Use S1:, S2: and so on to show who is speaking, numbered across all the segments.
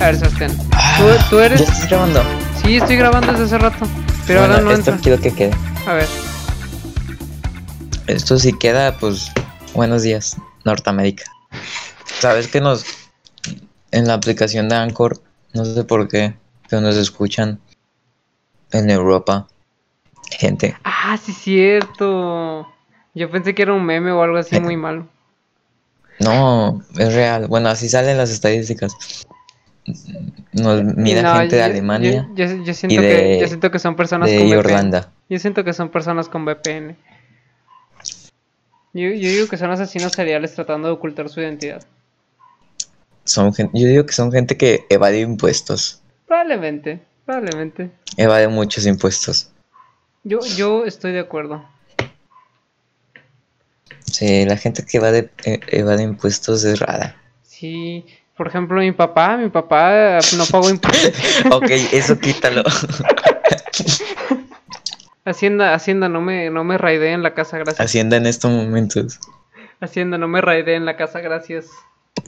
S1: A ver, Sebastián. ¿Tú, tú
S2: Ah, Ya
S1: eres?
S2: estás grabando.
S1: Sí, estoy grabando desde hace rato. Pero
S2: Bueno,
S1: ahora no
S2: esto
S1: entra.
S2: quiero que quede.
S1: A ver.
S2: Esto si queda, pues buenos días, Norteamérica. Sabes que nos en la aplicación de Anchor, no sé por qué, pero nos escuchan en Europa. Gente,
S1: Ah, sí, cierto. Yo pensé que era un meme o algo
S2: Eh,
S1: así muy malo.
S2: no, es real. Bueno, así salen las estadísticas. Nos mira
S1: No,
S2: gente de
S1: yo-
S2: Alemania,
S1: Yo, yo- yo siento
S2: de-
S1: que, yo siento que son personas con
S2: de
S1: VPN.
S2: Irlanda.
S1: Yo siento que son personas con VPN. Yo, yo digo que son asesinos seriales tratando de ocultar su identidad.
S2: Son gen- yo digo que son gente que evade impuestos.
S1: Probablemente, probablemente.
S2: Evade muchos impuestos.
S1: Yo, yo estoy de acuerdo.
S2: Sí, la gente que evade, eh, evade impuestos es rara.
S1: Sí, por ejemplo, mi papá, mi papá eh, no pagó impuestos.
S2: Ok, eso quítalo.
S1: Hacienda, Hacienda, no me, no me raidee en la casa, gracias.
S2: Hacienda en estos momentos.
S1: Hacienda, no me raidee en la casa, gracias.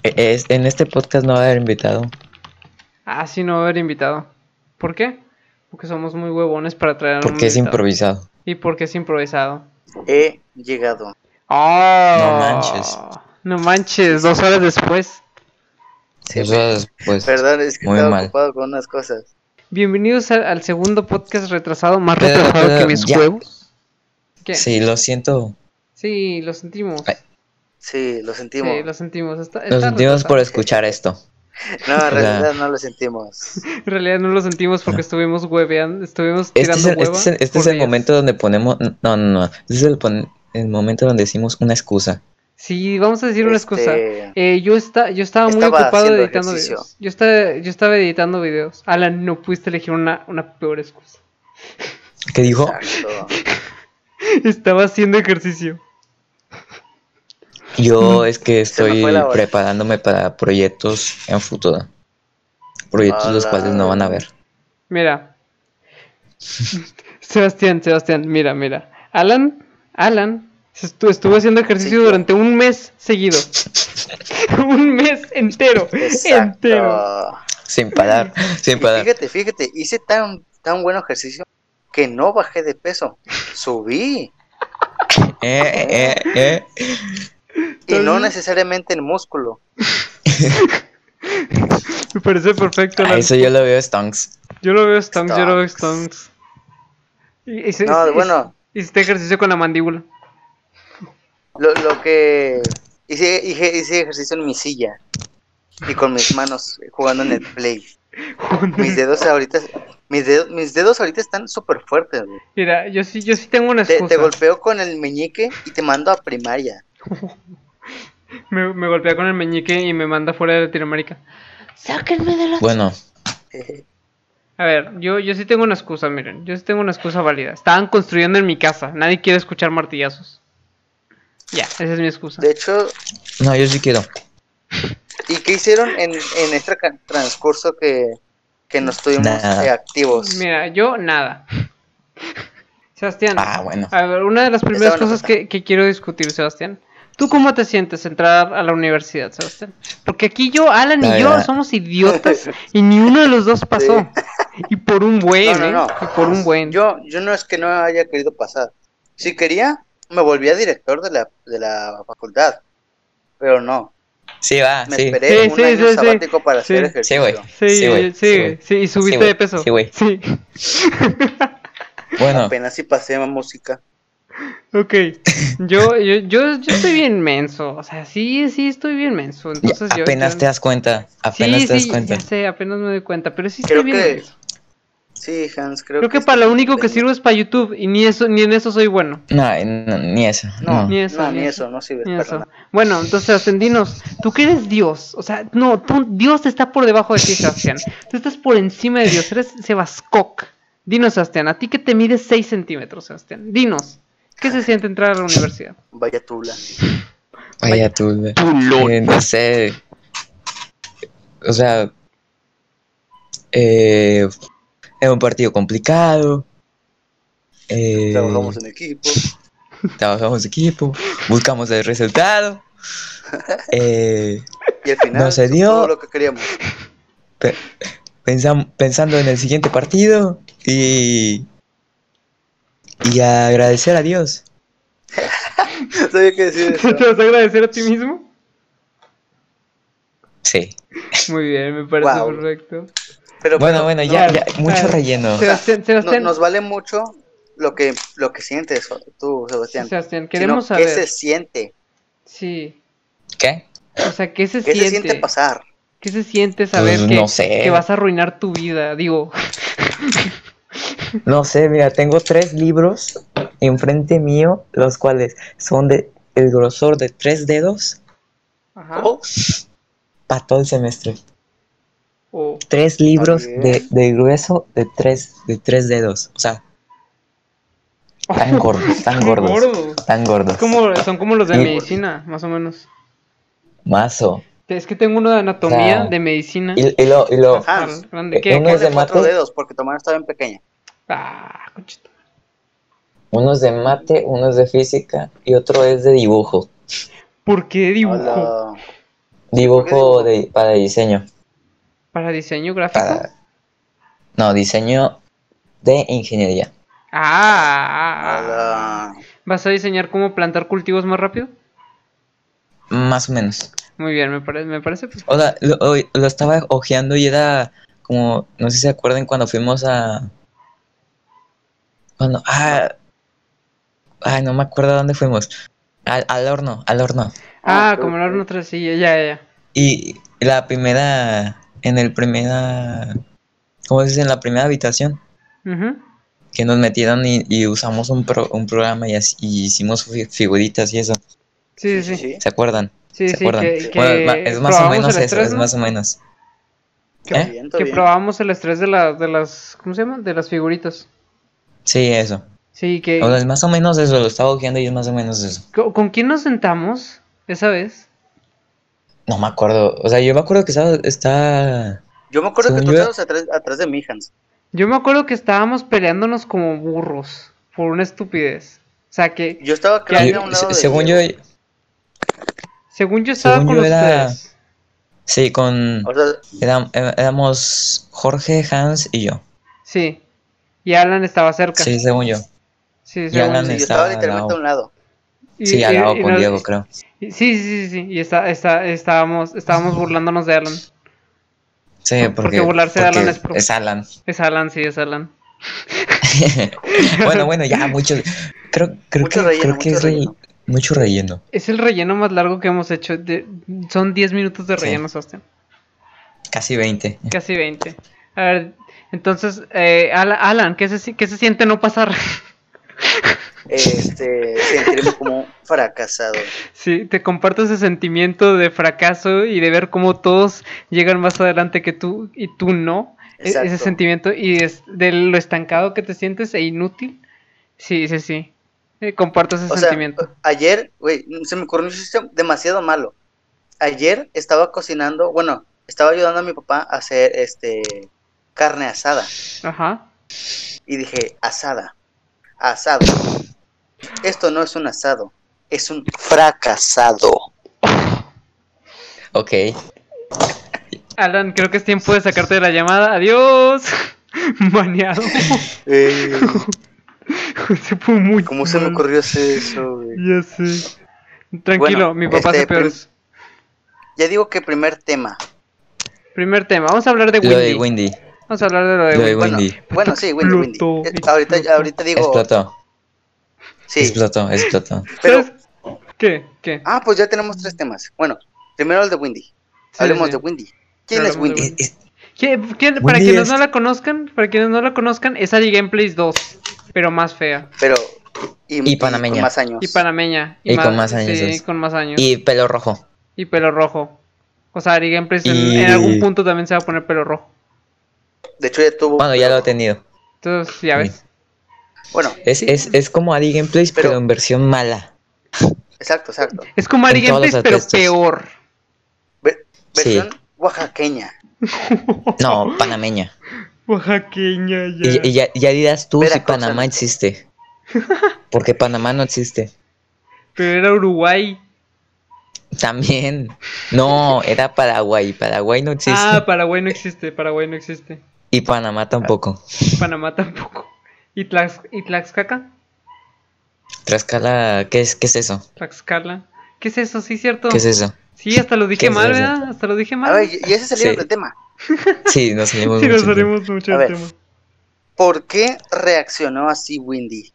S2: E- es- en este podcast no va a haber invitado.
S1: Ah, sí, no va a haber invitado. ¿Por qué? Porque somos muy huevones para traer a un
S2: Porque es
S1: invitado.
S2: improvisado.
S1: Y porque es improvisado.
S3: He llegado.
S1: ¡Ah!
S2: manches.
S1: No manches, dos horas después.
S3: Sí,
S2: Eso es, pues,
S3: Perdón, es que
S2: Muy
S3: estaba
S2: mal.
S3: ocupado con unas cosas.
S1: Bienvenidos al, al segundo podcast retrasado, más
S2: Pero-
S1: retrasado
S2: pero
S1: que mis
S2: ya.
S1: huevos. ¿Qué?
S2: sí, lo siento.
S1: Sí, lo sentimos.
S2: Ay,
S3: Sí, lo sentimos.
S1: Sí, lo sentimos. Está,
S2: Lo
S1: está
S2: sentimos por
S1: retrasado.
S2: escuchar esto.
S3: No, en
S2: O sea-
S3: realidad no lo sentimos.
S1: En realidad no lo sentimos porque estuvimos hueveando, estuvimos
S2: Este es
S1: tirando
S2: el, este
S1: hueva.
S2: es el- este
S1: por
S2: es el
S1: días.
S2: momento donde ponemos. No, no, no. Este es el, pon- el momento donde decimos una excusa.
S1: Sí, vamos a decir una excusa.
S3: Este,
S1: Eh, yo, está, yo estaba muy
S3: Estaba
S1: ocupado
S3: haciendo
S1: editando
S3: ejercicio.
S1: videos. Yo estaba, yo estaba editando videos. Alan, no pudiste elegir una, una peor excusa.
S2: Que dijo,
S3: exacto.
S1: estaba haciendo ejercicio.
S2: yo es que
S3: Se me
S2: estoy
S3: fue la hora.
S2: preparándome para proyectos en futuro. Proyectos los
S3: Hola.
S2: cuales no van a ver.
S1: Mira. Sebastián, Sebastián, mira, mira. Alan, Alan, se estu- estuvo haciendo ejercicio
S3: Sí, yo.
S1: durante un mes seguido. un mes entero. Entero.
S3: Exacto.
S2: Sin parar, sin
S3: Y
S2: parar.
S3: fíjate, fíjate, hice tan, tan buen ejercicio que no bajé de peso. Subí.
S2: Eh, eh, eh.
S3: Y no
S1: Entonces-
S3: necesariamente en músculo.
S1: Me parece perfecto.
S2: A
S1: Alan.
S2: eso yo lo veo stonks.
S1: Yo lo veo stonks, yo lo veo
S3: Stonks.
S1: stonks. Y- y-
S3: No,
S1: y-
S3: bueno.
S1: Hiciste ejercicio con la mandíbula.
S3: Lo, lo que hice, hice, hice ejercicio en mi silla. Y con mis manos jugando en el play. Mis dedos ahorita, mis dedos, mis dedos ahorita están súper fuertes, güey.
S1: Mira, yo sí, yo sí tengo una
S3: Te,
S1: excusa.
S3: te golpeo con el meñique y te mando a primaria.
S1: me, me golpea con el meñique y me manda fuera de Latinoamérica.
S2: Bueno,
S1: A ver, yo, yo sí tengo una excusa, miren. Yo sí tengo una excusa válida. Estaban construyendo en mi casa. Nadie quiere escuchar martillazos. Ya, esa es mi excusa.
S3: De hecho,
S2: no, yo sí quiero.
S3: ¿y qué hicieron en, en este ca- transcurso que, que nos tuvimos
S2: Nada.
S3: eh, activos?
S1: Mira, yo nada. Sebastián,
S2: Ah, bueno.
S1: a ver, una de las primeras
S3: buena
S1: cosas
S3: pregunta.
S1: que, que quiero discutir, Sebastián. ¿Tú cómo te sientes entrar a la universidad, Sebastián? Porque aquí yo, Alan
S2: La
S1: y yo
S2: verdad.
S1: somos idiotas y ni uno de los dos pasó. Y por un buen,
S3: No, no,
S1: ¿eh?
S3: no.
S1: Y por un buen.
S3: Yo, yo no es que no haya querido pasar. Si quería, me volvía director de la, de la facultad. Pero no.
S2: Sí, va,
S3: Me
S2: Ah, sí.
S3: esperé
S1: Sí,
S3: un
S1: sí,
S3: año
S1: sí, sí.
S3: sabático para
S1: Sí.
S3: hacer
S2: Sí,
S3: ejercicio.
S2: güey.
S1: Sí, sí,
S2: güey,
S1: sí,
S2: güey.
S1: y subiste
S2: güey,
S1: de peso.
S2: sí, güey.
S1: Sí.
S2: Bueno,
S3: Apenas si pasé a música.
S1: Ok, yo, yo, yo, yo estoy bien menso, o sea, sí, sí, estoy bien menso,
S2: ya
S1: entonces yo...
S2: apenas
S1: yo-
S2: te das cuenta. Apenas
S1: sí,
S2: te das
S1: sí,
S2: cuenta.
S1: ya sé, apenas me doy cuenta, pero sí
S3: Creo
S1: estoy bien
S3: que-
S1: menso.
S3: Sí, Hans, creo,
S1: Creo que
S3: este
S1: para lo único que
S3: tengo-
S1: sirvo es para YouTube, y ni eso ni en eso soy bueno,
S2: No, eh, no, ni eso. No.
S3: No,
S1: Ni eso,
S3: no,
S1: ni
S3: ni
S1: eso.
S3: eso, no sirve
S1: ¿eh? ni
S3: para
S1: eso.
S3: nada.
S1: Bueno, entonces, atendinos, tú que eres Dios, o sea, no, tú, Dios está por debajo de ti, Sebastián, tú estás por encima de Dios, eres Sebascoc. Dinos, Sebastián, a ti que te mides 6 centímetros, Sebastián, dinos, ¿qué se siente entrar a la universidad?
S3: Vaya tula.
S2: Vaya tú. güey. Eh, no sé. O sea. Eh, es un partido complicado. Eh,
S3: Trabajamos en equipo.
S2: trabajamos equipo. Buscamos el resultado. Eh,
S3: Y al final
S2: No se
S3: eso fue
S2: dio.
S3: todo lo que queríamos.
S2: pe- pensam- pensando en el siguiente partido y, y agradecer a Dios.
S3: Sabía que decir eso.
S1: ¿Te vas a agradecer a ti mismo?
S2: Sí.
S1: Muy bien, me parece
S3: Guau.
S1: perfecto.
S3: Pero
S2: Bueno, bueno, ya,
S1: no,
S2: ya, mucho
S1: claro.
S2: relleno.
S1: Sebastián,
S3: no-
S1: Sebastián,
S3: nos vale mucho lo que, lo que sientes tú, Sebastián.
S1: Sebastián,
S3: sino
S1: queremos
S3: ¿Qué
S1: saber.
S3: se siente?
S1: Sí.
S2: ¿Qué?
S1: O sea, ¿qué se
S3: ¿Qué
S1: siente?
S3: se siente pasar?
S1: ¿Qué se siente saber
S2: Pues,
S1: que,
S2: no sé.
S1: que vas a arruinar tu vida? Digo,
S2: No sé, mira, tengo tres libros enfrente mío, los cuales son de el grosor de tres dedos
S1: ajá.
S3: Oh,
S2: para todo el semestre.
S1: o-
S2: Tres libros
S3: bien.
S2: de, de grueso de tres, de tres dedos. O sea, tan gordos, tan
S1: Qué
S2: gordos.
S1: gordo.
S2: Tan gordos.
S1: Es como- son como los de
S2: Sí.
S1: medicina, más o menos.
S2: Mazo.
S1: Es que tengo uno de anatomía,
S2: Claro.
S1: de medicina.
S2: Ah. Y, y lo, y lo-
S1: Ah,
S3: Ajá.
S1: grande. ¿Qué?
S2: Eh, uno
S1: ¿Qué?
S2: es de
S3: de cuatro
S2: mate.
S3: dedos, porque tu mano está bien pequeña.
S1: Ah, conchito.
S2: uno es de mate, uno es de física y otro es de dibujo.
S1: ¿Por qué dibujo?
S3: Hola.
S2: Dibujo
S3: ¿Por qué
S2: de, para diseño.
S1: ¿Para diseño gráfico?
S2: Para... No, diseño de ingeniería.
S1: Ah,
S3: Hola.
S1: ¿Vas a diseñar cómo plantar cultivos más rápido?
S2: Más o menos.
S1: Muy bien, me, parece me parece. pues,
S2: O sea, lo, o- lo estaba ojeando y era como, no sé si se acuerdan cuando fuimos a... Cuando... Ah, ay, no me acuerdo a dónde fuimos. Al, al horno, al horno.
S1: Ah,
S3: Ah,
S1: como
S3: ok,
S1: la horno
S3: ok.
S1: otra sí, ya, ya, ya.
S2: Y la primera, en el primera, ¿cómo se dice? En la primera habitación
S1: Ujú.
S2: que nos metieron y, y usamos un, pro- un programa y, así- y hicimos fi- figuritas y eso.
S1: Sí, sí, sí.
S2: ¿Se acuerdan?
S1: Sí,
S2: ¿Se
S1: sí,
S2: acuerdan?
S1: que, que
S2: Bueno, es ma- es más o
S1: probamos
S2: menos
S1: el
S2: eso,
S1: estrés,
S2: es
S1: ¿no?
S2: más o menos.
S3: Qué
S2: ¿Eh?
S3: bien, todo
S1: Que
S3: bien.
S1: probábamos el estrés de, la- de las, ¿cómo se llama? De las figuritas.
S2: Sí, eso.
S1: Sí, que...
S2: O sea, es más o menos eso, lo estaba ojeando y es más o menos eso.
S1: ¿Con con quién nos sentamos esa vez?
S2: No me acuerdo. O sea, yo me acuerdo que estaba. está
S3: Yo me acuerdo que
S2: Según
S3: tú
S2: yo-
S3: estabas atrás, atrás de mi, Hans.
S1: Yo me acuerdo que estábamos peleándonos como burros por una estupidez. O sea, que
S3: Yo estaba creo
S1: Ya,
S3: que
S2: yo-
S3: a un lado
S2: se-
S3: de
S2: según yo,
S3: Diego.
S1: según yo estaba
S2: Según
S1: con
S2: yo era-
S1: ustedes.
S2: sí, con.
S3: O sea,
S2: éram- é- éramos Jorge, Hans y yo.
S1: Sí. Y Alan estaba cerca. Sí,
S2: Sí, según yo.
S1: sí,
S2: y
S1: según
S2: Alan
S1: yo.
S3: sí, yo
S2: estaba
S3: estaba
S2: al
S3: literalmente
S2: lado.
S3: a un lado.
S1: Y-
S2: Sí, al
S1: y-
S2: lado
S1: y
S2: con
S1: nos-
S2: Diego, creo.
S1: y- Sí, sí, sí, sí. Y está, está, estábamos, estábamos burlándonos de Alan.
S2: Sí, porque.
S1: porque burlarse de Alan es pro.
S2: Es Alan.
S1: Es Alan, sí, es Alan.
S2: bueno, bueno, ya, muchos. Creo, creo
S3: Mucho
S2: que,
S3: relleno,
S2: creo que
S3: mucho
S2: es rell-
S3: relleno.
S2: mucho relleno.
S1: Es el relleno más largo que hemos hecho. de- son 10 minutos de
S2: Sí.
S1: relleno, Sebastián.
S2: Casi 20.
S1: Casi 20. A ver, entonces, eh, Ala- Alan, ¿qué se, qué se siente no pasar?
S3: Este, sentirme como un fracasado.
S1: E-, Sí, te comparto ese sentimiento de fracaso y de ver cómo todos llegan más adelante que tú y tú no. E- Ese
S3: Exacto.
S1: sentimiento y es de lo estancado que te sientes e inútil. Sí, sí, sí. Eh, comparto ese
S3: O sea,
S1: sentimiento.
S3: ayer, güey, se me ocurrió un chiste demasiado malo. Ayer estaba cocinando, bueno, estaba ayudando a mi papá a hacer este carne asada.
S1: Ajá.
S3: Y dije, asada, asado. Esto no es un asado, es un fracasado.
S2: Ok.
S1: Alan, creo que es tiempo de sacarte de la llamada. Adiós. Baneado. se fue muy
S3: ¿Cómo se me
S1: mal.
S3: ocurrió hacer eso, güey?
S1: Ya sé. Tranquilo,
S3: Bueno,
S1: mi papá
S3: este,
S1: hace peores.
S3: Ya digo que primer tema.
S1: Primer tema, vamos a hablar de Windy.
S2: Lo de Windy.
S1: Vamos a hablar de lo de
S2: Lo
S1: Windy.
S2: de
S3: Bueno,
S2: Windy.
S3: bueno, sí, Windy, Windy.
S1: Explotó,
S3: Eh, Ahorita,
S1: explotó.
S3: ahorita digo,
S2: Explotó.
S3: sí,
S2: Explotó, explotó.
S3: pero...
S1: ¿Sabes? ¿Qué? ¿Qué?
S3: Ah, pues ya tenemos tres temas. Bueno, primero el de Windy.
S1: Sí,
S3: Hablemos
S1: sí.
S3: de Windy. ¿Quién
S1: Hablemos
S3: es
S1: de
S3: Windy?
S1: Windy.
S2: Es- es-
S1: ¿Quién- quién- para
S2: Windy
S1: quienes
S2: es-
S1: no la conozcan, para quienes no la conozcan, es Ari Gameplays 2, pero más fea.
S3: Pero. Y,
S2: Y
S3: y con
S2: panameña.
S3: más años.
S1: Y panameña.
S2: Y con más años,
S1: Sí,
S2: es.
S1: con más años. Y,
S2: y pelo rojo.
S1: pelo rojo. O sea, Ari Gameplays en,
S2: Y-
S1: en algún punto también se va a poner pelo rojo.
S3: De hecho, ya tuvo.
S2: Bueno, ya lo ha tenido.
S1: Entonces, ya ves.
S3: Bueno,
S2: Es, es, es como Adi Gameplays, pero,
S3: Pero-
S2: en versión mala.
S3: exacto, exacto.
S1: Es como Ari
S2: En todos los
S1: Gameplays, pero
S2: aspectos.
S1: peor.
S3: Ve- versión
S2: Sí.
S3: oaxaqueña.
S2: No, panameña.
S1: Oaxaqueña,
S2: Y,
S1: ya.
S2: y ya, ya dirás tú si
S3: Veracruzana.
S2: Panamá existe. Porque Panamá no existe.
S1: Pero era Uruguay.
S2: También. No, era Paraguay. Paraguay no existe.
S1: Ah, Paraguay no existe, Paraguay no existe.
S2: Y Panamá tampoco.
S1: Panamá tampoco. ¿Y, Tlax- y Tlaxcaca?
S2: Tlaxcala, ¿qué es, qué es eso?
S1: Tlaxcala. ¿Qué es eso? Sí, cierto.
S2: ¿Qué es eso?
S1: Sí, hasta lo dije
S2: ¿Qué es
S1: mal,
S2: eso?
S1: ¿verdad? Hasta lo dije
S3: A
S1: mal.
S3: ver, ya se salieron
S2: Sí.
S3: del tema.
S2: Sí, nos salimos
S1: sí, nos
S2: mucho, ¿no?
S1: salimos mucho
S3: A
S1: del
S3: ver.
S1: tema.
S3: ¿Por qué reaccionó así Windy?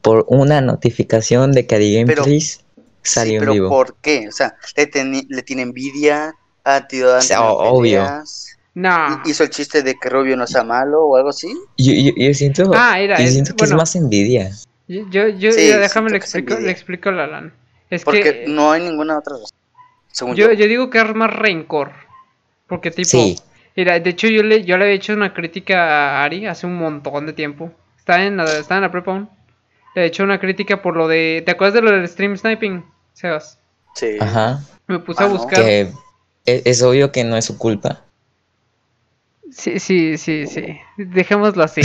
S2: Por una notificación de que Ari Game
S3: Pero-
S2: Freeze
S3: Sí,
S2: salió
S3: pero
S2: en vivo.
S3: ¿por qué? O sea, le, teni- le tiene envidia, a tío Dan.
S2: sea, obvio.
S1: No.
S3: Hizo el chiste de que Rubio no sea malo o algo así.
S2: Yo, yo, yo siento,
S1: Ah, era.
S2: yo
S1: es-
S2: siento que es
S1: bueno,
S2: más envidia.
S1: Yo, yo, yo,
S3: Sí,
S1: yo- déjame
S3: siento
S1: le
S3: que es
S1: explico, le
S3: envidia.
S1: explico a Lalan. Es
S3: Porque
S1: que
S3: no hay ninguna otra razón. Según yo.
S1: yo, yo digo que es más rencor. Porque tipo,
S2: Sí.
S1: mira, de hecho yo le, yo le había hecho una crítica a Ari hace un montón de tiempo. Está en la, está en la prepa aún. Le he hecho una crítica por lo de. ¿Te acuerdas de lo del stream sniping, Sebas?
S3: Sí.
S2: Ajá.
S1: Me puse
S3: Ah,
S1: a
S3: no.
S1: buscar.
S2: Que es, es obvio que no es su culpa.
S1: Sí, sí, sí, sí. Dejémoslo así.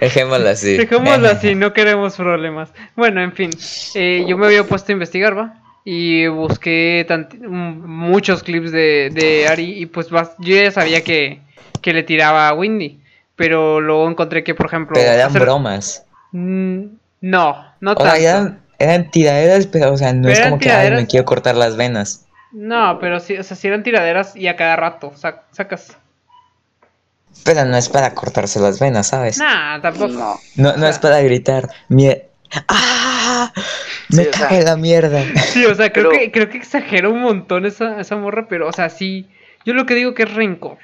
S2: Dejémoslo así.
S1: Dejémoslo así, no queremos problemas. Bueno, en fin, eh, yo me había puesto a investigar, ¿va? Y busqué tant- m- muchos clips de, de Ari y pues vas- yo ya sabía que, que le tiraba a Windy, pero luego encontré que, por ejemplo...
S2: Pero eran
S1: hacer-
S2: bromas.
S1: Mm, No, no
S2: O sea,
S1: tanto.
S2: eran, eran tiraderas, pero o sea, no
S1: Pero
S2: es
S1: eran
S2: como que ay, me
S1: tiraderas.
S2: quiero cortar las venas.
S1: No, pero sí, o sea, sí eran tiraderas y a cada rato sac- sacas.
S2: Pero no es para cortarse las venas, ¿sabes?
S1: Nah, tampoco.
S3: No.
S2: No, no es
S1: Ah.
S2: para gritar. Mie ¡Ah! Me
S3: Sí, o sea.
S2: cago en la mierda.
S1: Sí, o sea, creo
S3: Pero-
S1: que creo que exagera un montón esa, esa morra, pero o sea, sí, yo lo que digo que es rencor.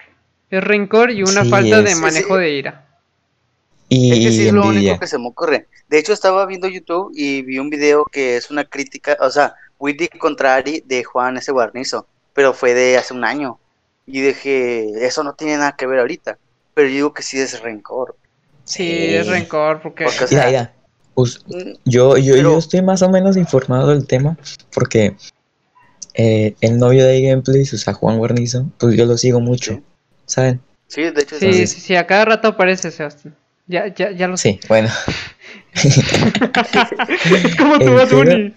S1: Es rencor y una
S2: Sí,
S1: falta
S2: es-
S1: de
S2: Sí,
S1: manejo
S3: sí.
S1: de ira.
S2: Y
S3: Es que sí es lo
S2: envidia.
S3: único que se me ocurre. De hecho, estaba viendo YouTube y vi un video que es una crítica, o sea, Windy contra Ari de Juan S. Guarnizo, pero fue de hace un año. Y dije, eso no tiene nada que ver ahorita. Pero yo digo que sí es rencor.
S1: Sí, es rencor porque
S3: Porque- o
S2: Mira,
S3: sea-
S2: mira, us-
S3: Mm,
S2: yo, yo,
S3: Pero-
S2: yo estoy más o menos informado del tema porque eh, el novio de Gameplay, o sea, Juan Guarnizo, pues yo lo sigo mucho,
S3: Sí.
S2: ¿saben?
S3: Sí, de hecho,
S1: sí,
S3: sí.
S1: sí, sí, a cada rato aparece Sebastián. Ya ya ya lo sé.
S2: Sí, bueno.
S1: es como tu
S2: El
S1: Bad
S2: pedo-
S1: Bunny.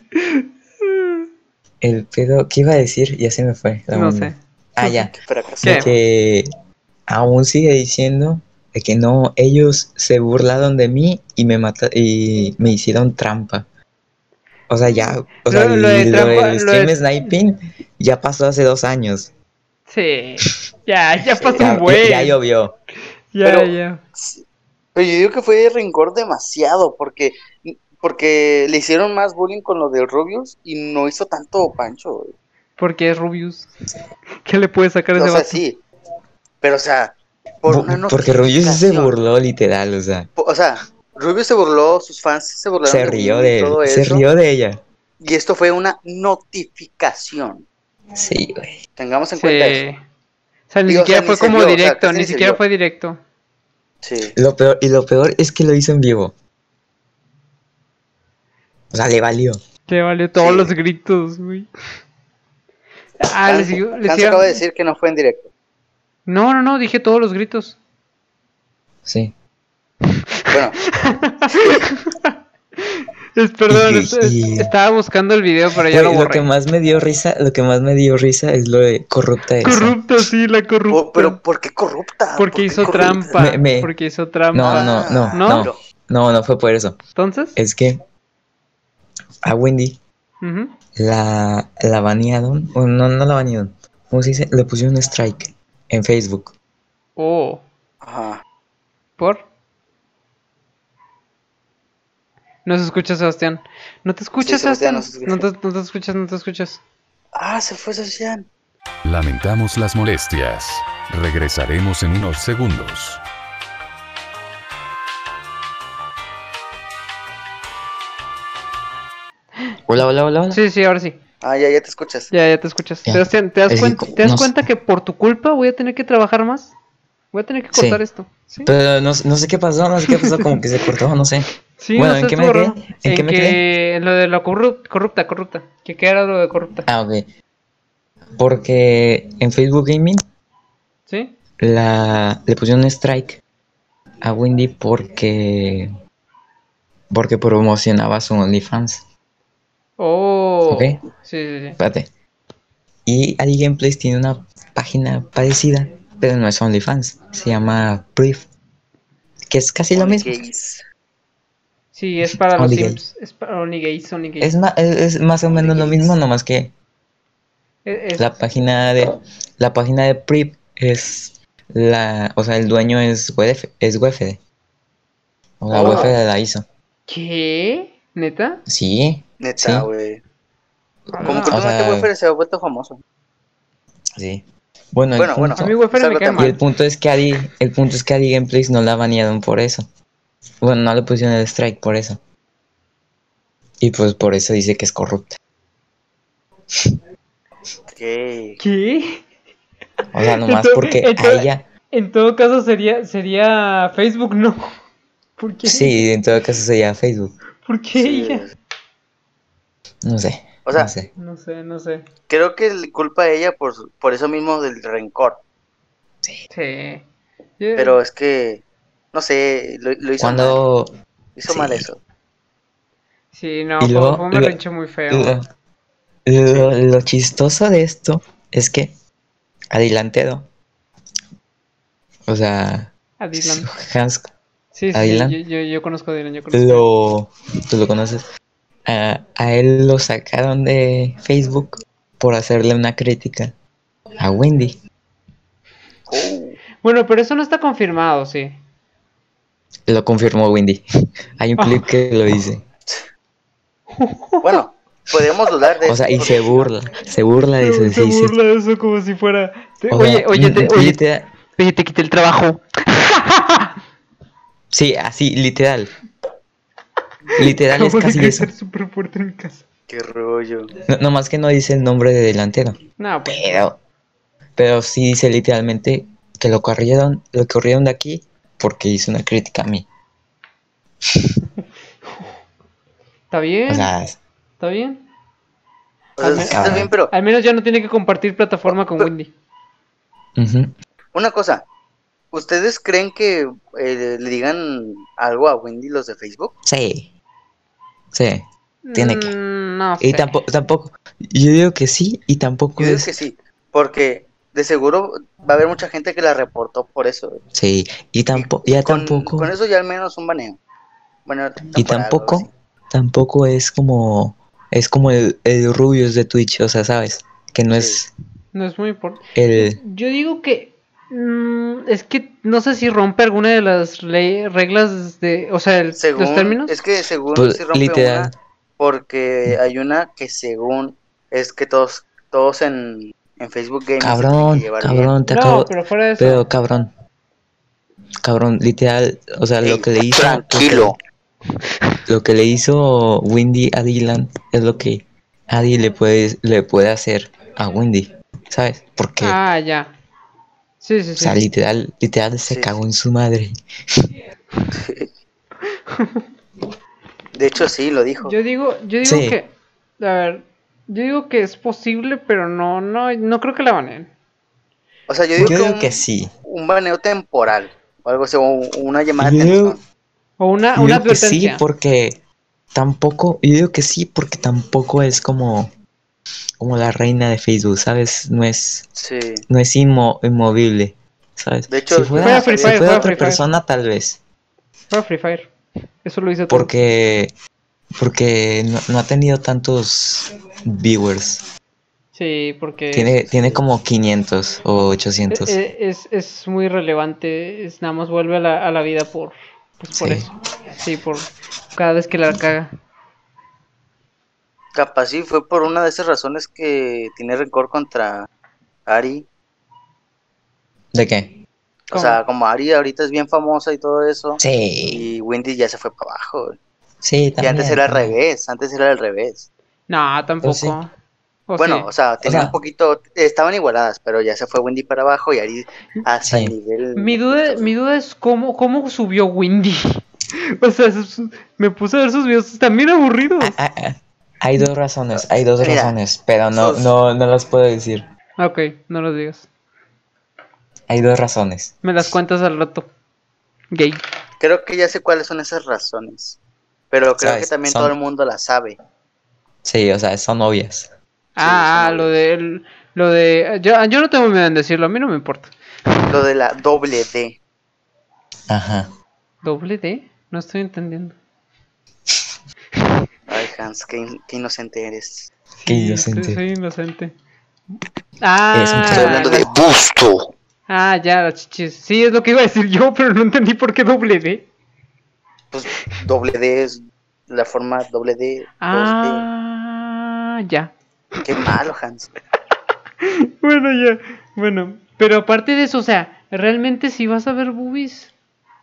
S2: El pedo, ¿qué iba a decir? Ya se me fue. la
S1: No
S2: onda.
S1: sé.
S2: Ah, ya.
S3: fracasó.
S1: ¿Qué?
S2: De que aún sigue diciendo de que no, ellos se burlaron de mí y me mata y me hicieron trampa. O sea, ya, o sea,
S1: Lo- lo de
S2: y lo
S1: trampa-
S2: del
S1: lo de-
S2: stream sniping ya pasó hace dos años.
S1: Sí. Ya, ya pasó
S2: Ya,
S1: un buen.
S2: ya llovió.
S1: Ya,
S3: Pero-
S1: ya.
S3: Sí. Pero yo digo que fue rencor demasiado, porque, porque le hicieron más bullying con lo de Rubius y no hizo tanto Pancho. güey.
S1: Porque es Rubius. ¿Qué le puede sacar a
S3: o
S1: ese
S3: sea,
S1: vato?
S3: sí. Pero, o sea, por
S2: Bu-
S3: una
S2: porque Rubius se
S3: notificación.
S2: burló literal, o sea,
S3: Po- O sea, Rubio se burló, sus fans se burlaron
S2: se
S3: de mí
S2: rió
S3: y
S2: de
S3: todo
S2: él, se
S3: eso,
S2: rió de ella.
S3: Y esto fue una notificación.
S2: Sí, güey.
S3: Tengamos en
S1: Sí.
S3: cuenta eso.
S1: O sea, ni
S3: Digo, o
S1: siquiera
S3: sea,
S1: fue
S3: ni se
S1: como
S3: vio, o sea,
S1: directo,
S3: casi
S1: ni
S3: ni se
S1: siquiera
S3: vio.
S1: fue directo.
S3: Sí.
S2: Lo peor, y lo peor es que lo hizo en vivo. O sea, le valió.
S1: Te valió todos
S3: Sí.
S1: los gritos, güey. Ah,
S3: Hans-
S1: les digo, les
S3: Hans
S1: digo-
S3: acaba de decir que no fue en directo.
S1: No, no, no, dije todos los gritos.
S2: Sí.
S1: Es,
S3: Bueno,
S1: perdón,
S2: Y-
S1: es- es-
S2: y-
S1: estaba buscando el video, pero ya
S2: Güey,
S1: lo
S2: lo que
S1: borré.
S2: más me dio risa, lo que más me dio risa es lo de corrupta esa.
S1: Corrupta, sí, la
S3: po-
S1: corrupta.
S3: Oh, pero ¿por qué corrupta? ¿Por
S1: porque
S3: qué
S1: hizo
S3: corrupta?
S1: trampa.
S2: Me- me-
S1: Porque hizo trampa.
S2: No, Eh. no, no,
S1: ¿No?
S2: no, no, no, fue por eso.
S1: Entonces,
S2: Es que a Wendy
S1: ujú,
S2: la, la banearon, o no, no la banearon, ¿cómo se dice? Le pusieron un strike en Facebook.
S1: oh,
S3: Ajá.
S1: por. No se escucha, Sebastián. No te escuchas,
S3: Sebastián,
S1: Sebastián.
S3: no se
S1: No te, no te escuchas, no te escuchas.
S3: Ah, se fue Sebastián.
S4: Lamentamos las molestias. Regresaremos en unos segundos.
S2: Hola, hola, hola, hola.
S1: Sí, sí, ahora sí.
S3: Ah, ya, ya te escuchas.
S1: Ya, ya te escuchas.
S2: Ya.
S1: Sebastián, ¿te das,
S2: Es que
S1: cuenta,
S2: co-
S1: ¿te das
S2: no sé.
S1: cuenta que por tu culpa voy a tener que trabajar más? Voy a tener que
S2: Sí.
S1: cortar esto. Sí,
S2: Pero no, no sé qué pasó, no sé qué pasó, como que se cortó, no sé.
S1: sí
S2: bueno,
S1: no
S2: ¿en
S1: sé,
S2: qué me
S1: estuvo
S2: quedé?
S1: raro.
S2: ¿En qué me
S1: que
S2: quedé?
S1: Lo de la corrup- corrupta, corrupta. Que qué era lo de corrupta.
S2: Ah, ok. Porque en Facebook Gaming
S1: ¿Sí?
S2: la, le pusieron un strike a Wendy porque porque promocionaba su OnlyFans.
S1: Oh.
S2: Ok.
S1: Sí, sí, sí.
S2: Espérate. Y Ali Gameplays tiene una página parecida, pero no es OnlyFans. Se llama Brief. Que es casi lo mismo.
S3: Gays.
S1: Sí, es para los
S2: Only gay.
S1: Sims. Es para Only Gays, Only Gays.
S2: Es, ma- es, es más o menos lo mismo, nomás que
S1: Es- ¿E-, es-
S2: la página de la página de Prip es la, o sea, el dueño es UF, es UFD. O la
S3: Ah.
S1: Oh.
S2: UFD la hizo.
S1: ¿Qué? ¿Neta?
S2: Sí,
S3: Neta,
S2: Sí.
S3: güey.
S1: Ah,
S3: Como que
S2: o
S3: últimamente
S2: sea-
S3: Wafer se ha vuelto famoso.
S2: sí. Bueno,
S3: Bueno,
S2: el
S3: bueno.
S2: punto,
S1: a mí Wayfarer me
S3: Sácate
S1: cae
S2: y el
S1: mal.
S2: punto es que Adi, el punto es que Adi Gameplays no la banearon por eso. Bueno, no le pusieron el strike por eso. Y pues por eso dice que es corrupta.
S3: Ok.
S1: ¿Qué?
S2: O sea, nomás
S1: Entonces-
S2: porque a
S1: entonces-
S2: ella,
S1: En todo caso sería sería Facebook, no. ¿Por qué?
S2: sí, en todo caso sería Facebook.
S1: ¿Por qué
S3: Sí.
S1: ella?
S2: No sé.
S3: O sea,
S2: no sé.
S1: No sé, no sé.
S3: Creo que le culpa a ella por, su- por eso mismo del rencor.
S1: Sí.
S3: Pero es que, no sé, lo, lo hizo mal.
S2: Cuando
S3: Hizo
S2: sí.
S3: mal eso.
S1: Sí, no,
S2: Y
S1: fue,
S2: luego-
S1: fue un
S2: lo-
S1: berrinche muy feo.
S2: Lo, lo- lo chistoso de esto es que Adelantero, o sea,
S1: A Dylan.
S2: Hans,
S1: Sí,
S2: ¿A
S1: sí, yo,
S2: Dylan?
S1: yo, yo conozco a Dylan, yo conozco.
S2: lo, tú lo conoces, a, a él lo sacaron de Facebook por hacerle una crítica a Wendy.
S3: Oh.
S1: Bueno, pero eso no está confirmado, sí.
S2: Lo confirmó Wendy. Hay un clip que lo dice.
S3: Bueno, podemos dudar de
S2: O sea, y
S3: eso.
S2: se burla, se burla de
S1: se
S2: eso. Ah, sí, sí.
S1: burla de eso como si fuera. Te-
S2: O
S1: oye,
S2: sea,
S1: oye, te,
S2: literal-
S1: oye, oye, te quité el trabajo.
S2: sí, así, literal. Literal es
S1: Acabo de
S2: casi eso.
S1: crecer súper fuerte en mi casa.
S3: Qué rollo.
S2: No, más que no dice el nombre de delantero.
S1: No, pues.
S2: Pero, pero sí dice literalmente que lo corrieron, lo corrieron de aquí porque hizo una crítica a mí.
S1: Está bien,
S2: O
S3: Mm.
S2: sea,
S1: está bien.
S3: O sea,
S1: Al me-
S3: sí,
S2: Ah.
S3: está bien, pero
S1: Al menos ya no tiene que compartir plataforma con
S3: Pero-
S1: Wendy.
S2: ujú.
S3: una cosa. ¿Ustedes creen que eh, le digan algo a Wendy los de Facebook?
S2: sí. Sí. Tiene que.
S1: Mm, No sé.
S2: Y tampoco, tampoco. Yo digo que sí y tampoco
S3: Yo digo
S2: es.
S3: que sí, porque de seguro va a haber mucha gente que la reportó por eso. güey.
S2: Sí. Y tampoco. Ya
S3: Con-
S2: tampoco.
S3: Con eso ya al menos un baneo. Bueno,
S2: Y
S3: temporada,
S2: tampoco.
S3: algo
S2: Tampoco es como. Es como el, el Rubius de Twitch. O sea, ¿sabes? Que no
S3: Sí.
S2: es
S1: No es muy importante.
S2: el.
S1: Yo digo que. mm, es que no sé si rompe alguna de las ley- reglas de. O sea, el-
S3: así. Según,
S1: los términos.
S3: Es que según
S2: Pues,
S3: sí rompe
S2: literal.
S3: una, porque hay una que según es que todos todos en, en Facebook Gaming se tienen que
S2: Cabrón,
S3: llevar bien.
S2: cabrón, te acabo.
S1: No, pero fuera de eso.
S2: Pero cabrón. Cabrón, literal, o sea,
S3: Ey,
S2: lo que le hizo.
S3: Tranquilo.
S2: Lo que le hizo Windy a Dylan es lo que nadie le puede, le puede hacer a Windy, ¿sabes? Porque,
S1: Ah, ya. Sí, sí,
S2: o
S1: sí.
S2: sea, literal, literal se
S3: Sí,
S2: cagó en su madre.
S3: De hecho sí lo dijo.
S1: Yo digo, yo digo
S2: Sí.
S1: que. A ver. Yo digo que es posible, pero no, no, no creo que la baneen.
S3: O sea, yo
S2: Yo
S3: digo que,
S2: digo
S3: un,
S2: que sí.
S3: un baneo temporal o algo así, o una llamada
S2: Yo
S3: de
S2: digo-
S3: atención.
S1: O una,
S2: Yo
S1: una
S2: digo que sí,
S1: advertencia.
S2: porque tampoco, yo digo que sí, porque tampoco es como, como la reina de Facebook, ¿sabes? No es,
S3: Sí.
S2: no es inmo- inmovible, ¿sabes?
S3: De hecho,
S2: si fuera,
S1: Fuera Free
S2: si
S1: Fire,
S2: fuera
S1: fuera
S2: otra
S1: Free Fire.
S2: persona, tal vez.
S1: Fue a Free Fire. Eso lo hizo todo.
S2: Porque, porque no, no ha tenido tantos viewers.
S1: Sí, porque.
S2: Tiene, tiene como 500 o 800.
S1: Eh, eh, Es, es muy relevante, es, nada más vuelve a la, a la vida por, pues por
S2: Sí.
S1: eso. Sí, por cada vez que la caga.
S3: Capaz sí, fue por una de esas razones que tiene rencor contra Ari.
S2: ¿De qué?
S1: ¿Cómo?
S3: O sea, como Ari ahorita es bien famosa y todo eso,
S2: Sí,
S3: y Wendy ya se fue para abajo. güey.
S2: sí,
S3: Y
S2: también.
S3: antes era al
S2: también.
S3: revés, antes era al revés.
S1: No, tampoco.
S2: sí.
S1: O
S3: bueno,
S1: sí.
S3: o sea, tenían
S2: sea-
S3: un poquito, estaban igualadas, pero ya se fue Wendy para abajo y Ari hasta
S2: Sí.
S3: el nivel.
S1: mi, duda, mi duda es cómo, cómo subió Windy. O sea, sus- me puse a ver sus videos, están bien aburridos.
S2: Ah, ah, ah. Hay dos razones, hay dos
S3: Mira,
S2: razones, pero no,
S3: sos-
S2: no, no las puedo decir.
S1: Ah, Ok, no los digas.
S2: Hay dos razones.
S1: Me las cuentas al rato. Gay.
S3: Creo que ya sé cuáles son esas razones. Pero creo
S2: Sabes,
S3: que también
S2: son-
S3: todo el mundo la sabe.
S2: Sí, o sea, son obvias.
S1: Ah, ah, lo de. Lo de. Yo, yo no tengo miedo en decirlo, a mí no me importa.
S3: Lo de la doble D.
S2: Ajá.
S1: ¿Doble D? No estoy entendiendo.
S3: Ay, Hans, qué, in- qué inocente eres.
S2: Qué
S1: Sí,
S2: inocente.
S1: Soy, soy inocente.
S2: Es un-
S3: Estoy
S1: Ah,
S3: hablando de busto.
S1: ah, ya, las chichis. Sí, es lo que iba a decir yo, pero no entendí por qué doble D.
S3: Pues doble D es la forma doble D. dos
S1: Ah, ya.
S3: D. Qué malo, Hans.
S1: Bueno, ya. Bueno, pero aparte de eso, o sea, realmente si vas a ver boobies,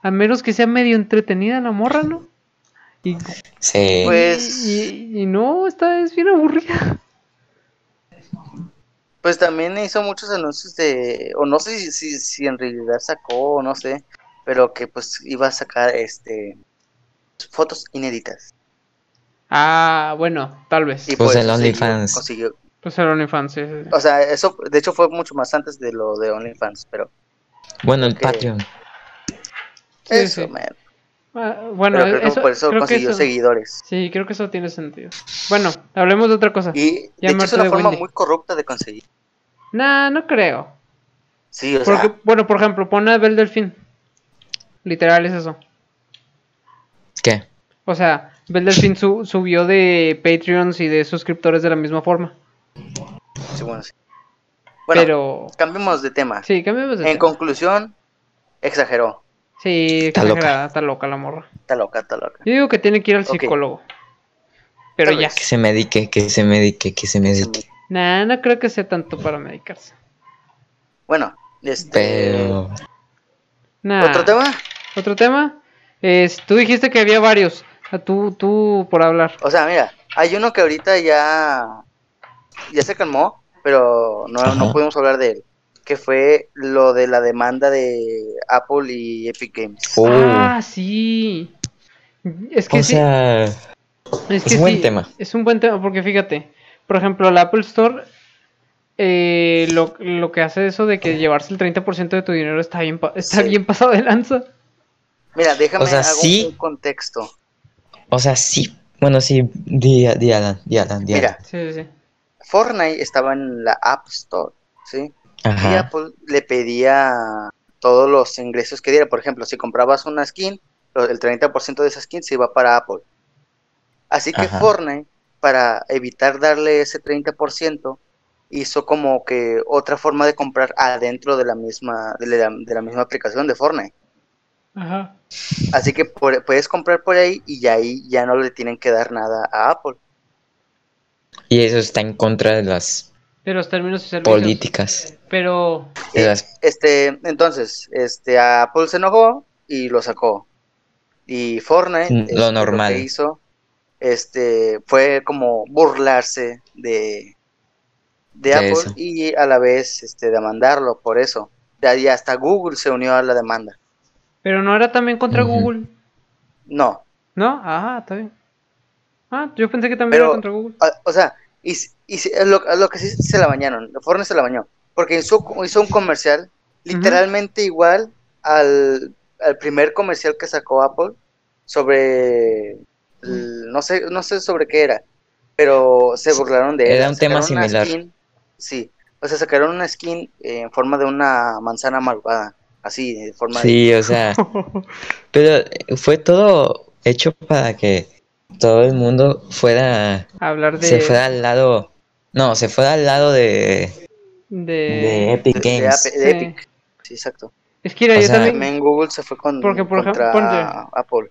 S1: a menos que sea medio entretenida la morra, ¿no? Y,
S2: Sí.
S3: Pues-
S1: y, y no, esta es bien aburrida.
S3: Pues también hizo muchos anuncios de, o no sé si, si, si en realidad sacó, o no sé, pero que pues iba a sacar este fotos inéditas.
S1: Ah, bueno, tal vez.
S3: Y
S2: Pues
S3: pues
S2: el
S3: consiguió-
S2: OnlyFans.
S3: consiguió-
S1: Pues era OnlyFans, sí, sí, sí.
S3: O sea, eso de hecho fue mucho más antes de lo de OnlyFans, pero
S2: bueno, el
S3: ok.
S2: Patreon.
S1: Sí,
S3: eso,
S1: sí.
S3: man.
S1: Ah, bueno,
S3: pero creo que
S1: eso,
S3: por eso
S1: creo que
S3: consiguió
S1: eso-
S3: seguidores.
S1: Sí, creo que eso tiene sentido. Bueno, hablemos de otra cosa.
S3: Y
S1: Ya
S3: de hecho es
S1: Marta
S3: una
S1: de
S3: forma
S1: Wendy.
S3: muy corrupta de conseguir.
S1: Nah, no creo.
S3: Sí, o
S1: Porque,
S3: sea,
S1: bueno, por ejemplo, pon a Bel Delfín. Literal es eso.
S2: ¿Qué?
S1: O sea, Bel Delfín su- subió de Patreons y de suscriptores de la misma forma.
S3: sí, bueno, sí. Bueno,
S1: Pero,
S3: cambiemos de tema.
S1: sí, cambiemos de
S3: en
S1: tema.
S3: conclusión, exageró.
S1: Sí,
S2: Está
S1: exagerada, está loca la morra.
S3: Está loca, está loca.
S1: Yo digo que tiene que ir al
S3: Ok.
S1: psicólogo. Pero
S3: Tal
S1: ya.
S2: Que se medique, que se medique, que se medique.
S1: Nah, no creo que sea tanto para medicarse.
S3: Bueno, este
S2: Pero.
S1: Nah.
S2: Ah.
S3: otro tema.
S1: ¿Otro tema? Es, tú dijiste que había varios. Ah, Tú, tú por hablar.
S3: O sea, mira, hay uno que ahorita ya, ya se calmó, pero no,
S2: Ajá.
S3: no pudimos hablar de él, que fue lo de la demanda de Apple y Epic Games.
S2: Oh.
S1: Ah, sí. Es que
S2: o
S1: sí.
S2: sea.
S1: es
S2: es
S1: que
S2: buen
S1: sí,
S2: tema.
S1: Es un buen tema, porque fíjate, por ejemplo, la Apple Store, eh, lo, lo que hace eso de que llevarse el 30% de tu dinero está bien, pa- está
S3: Sí.
S1: bien pasado de lanza.
S3: Mira, déjame
S2: O sea,
S3: hago
S2: sí.
S3: un contexto.
S2: O sea, sí. Bueno, sí. Di, di Alan, di Alan, di
S3: Mira,
S1: Sí, sí, sí.
S3: Fortnite estaba en la App Store, ¿sí?
S2: Alan.
S3: Y
S2: Ajá.
S3: Apple pues, le pedía todos los ingresos que diera. Por ejemplo, si comprabas una skin, lo- el 30% de esa skin se iba para Apple. Así que
S2: Ajá.
S3: Fortnite, para evitar darle ese 30%, hizo como que otra forma de comprar adentro de la misma, de la, de la misma aplicación de Fortnite.
S1: Ajá.
S3: Así que por- puedes comprar por ahí y ya ahí ya no le tienen que dar nada a Apple.
S2: Y eso está en contra de las
S1: De los términos y servicios.
S2: políticas.
S1: Pero,
S2: De
S3: Eh,
S2: las-
S3: Este, entonces, este, a Apple se enojó y lo sacó. Y Fortnite,
S2: Mm,
S3: este,
S2: lo normal.
S3: que hizo, este, fue como burlarse de, de,
S2: De
S3: Apple
S2: eso.
S3: y a la vez, este, demandarlo por eso. Ya- Y hasta Google se unió a la demanda.
S1: pero no era también contra
S2: Ujú.
S1: Google,
S3: No,
S1: ¿no? Ah, está bien. Ah, yo pensé que también
S3: Pero-
S1: era contra Google.
S3: a- o sea, y, s- y s- a lo, a lo que sí se la bañaron, Fortnite se la bañó, porque hizo, hizo un comercial literalmente igual al, al primer comercial que sacó Apple sobre, el- no sé, no sé sobre qué era, pero se burlaron de él.
S2: Era un tema
S3: sacaron una
S2: similar.
S3: skin- sí, o sea, sacaron una skin eh, en forma de una manzana malvada, así, en forma de...
S2: Sí, o sea. Pero eh, fue todo hecho para que todo el mundo fuera.
S1: Hablar de...
S2: Se fuera al lado. No, se fuera al lado de. De
S1: de...
S2: Epic
S3: de- de
S2: Games.
S3: Ape- de
S1: Sí.
S3: Epic. Sí, exacto.
S1: Es que mira,
S2: O
S1: yo
S2: sea,
S1: también...
S3: También Google se fue con,
S1: Porque, por ejemplo,
S3: contra
S1: ponte-
S3: Apple.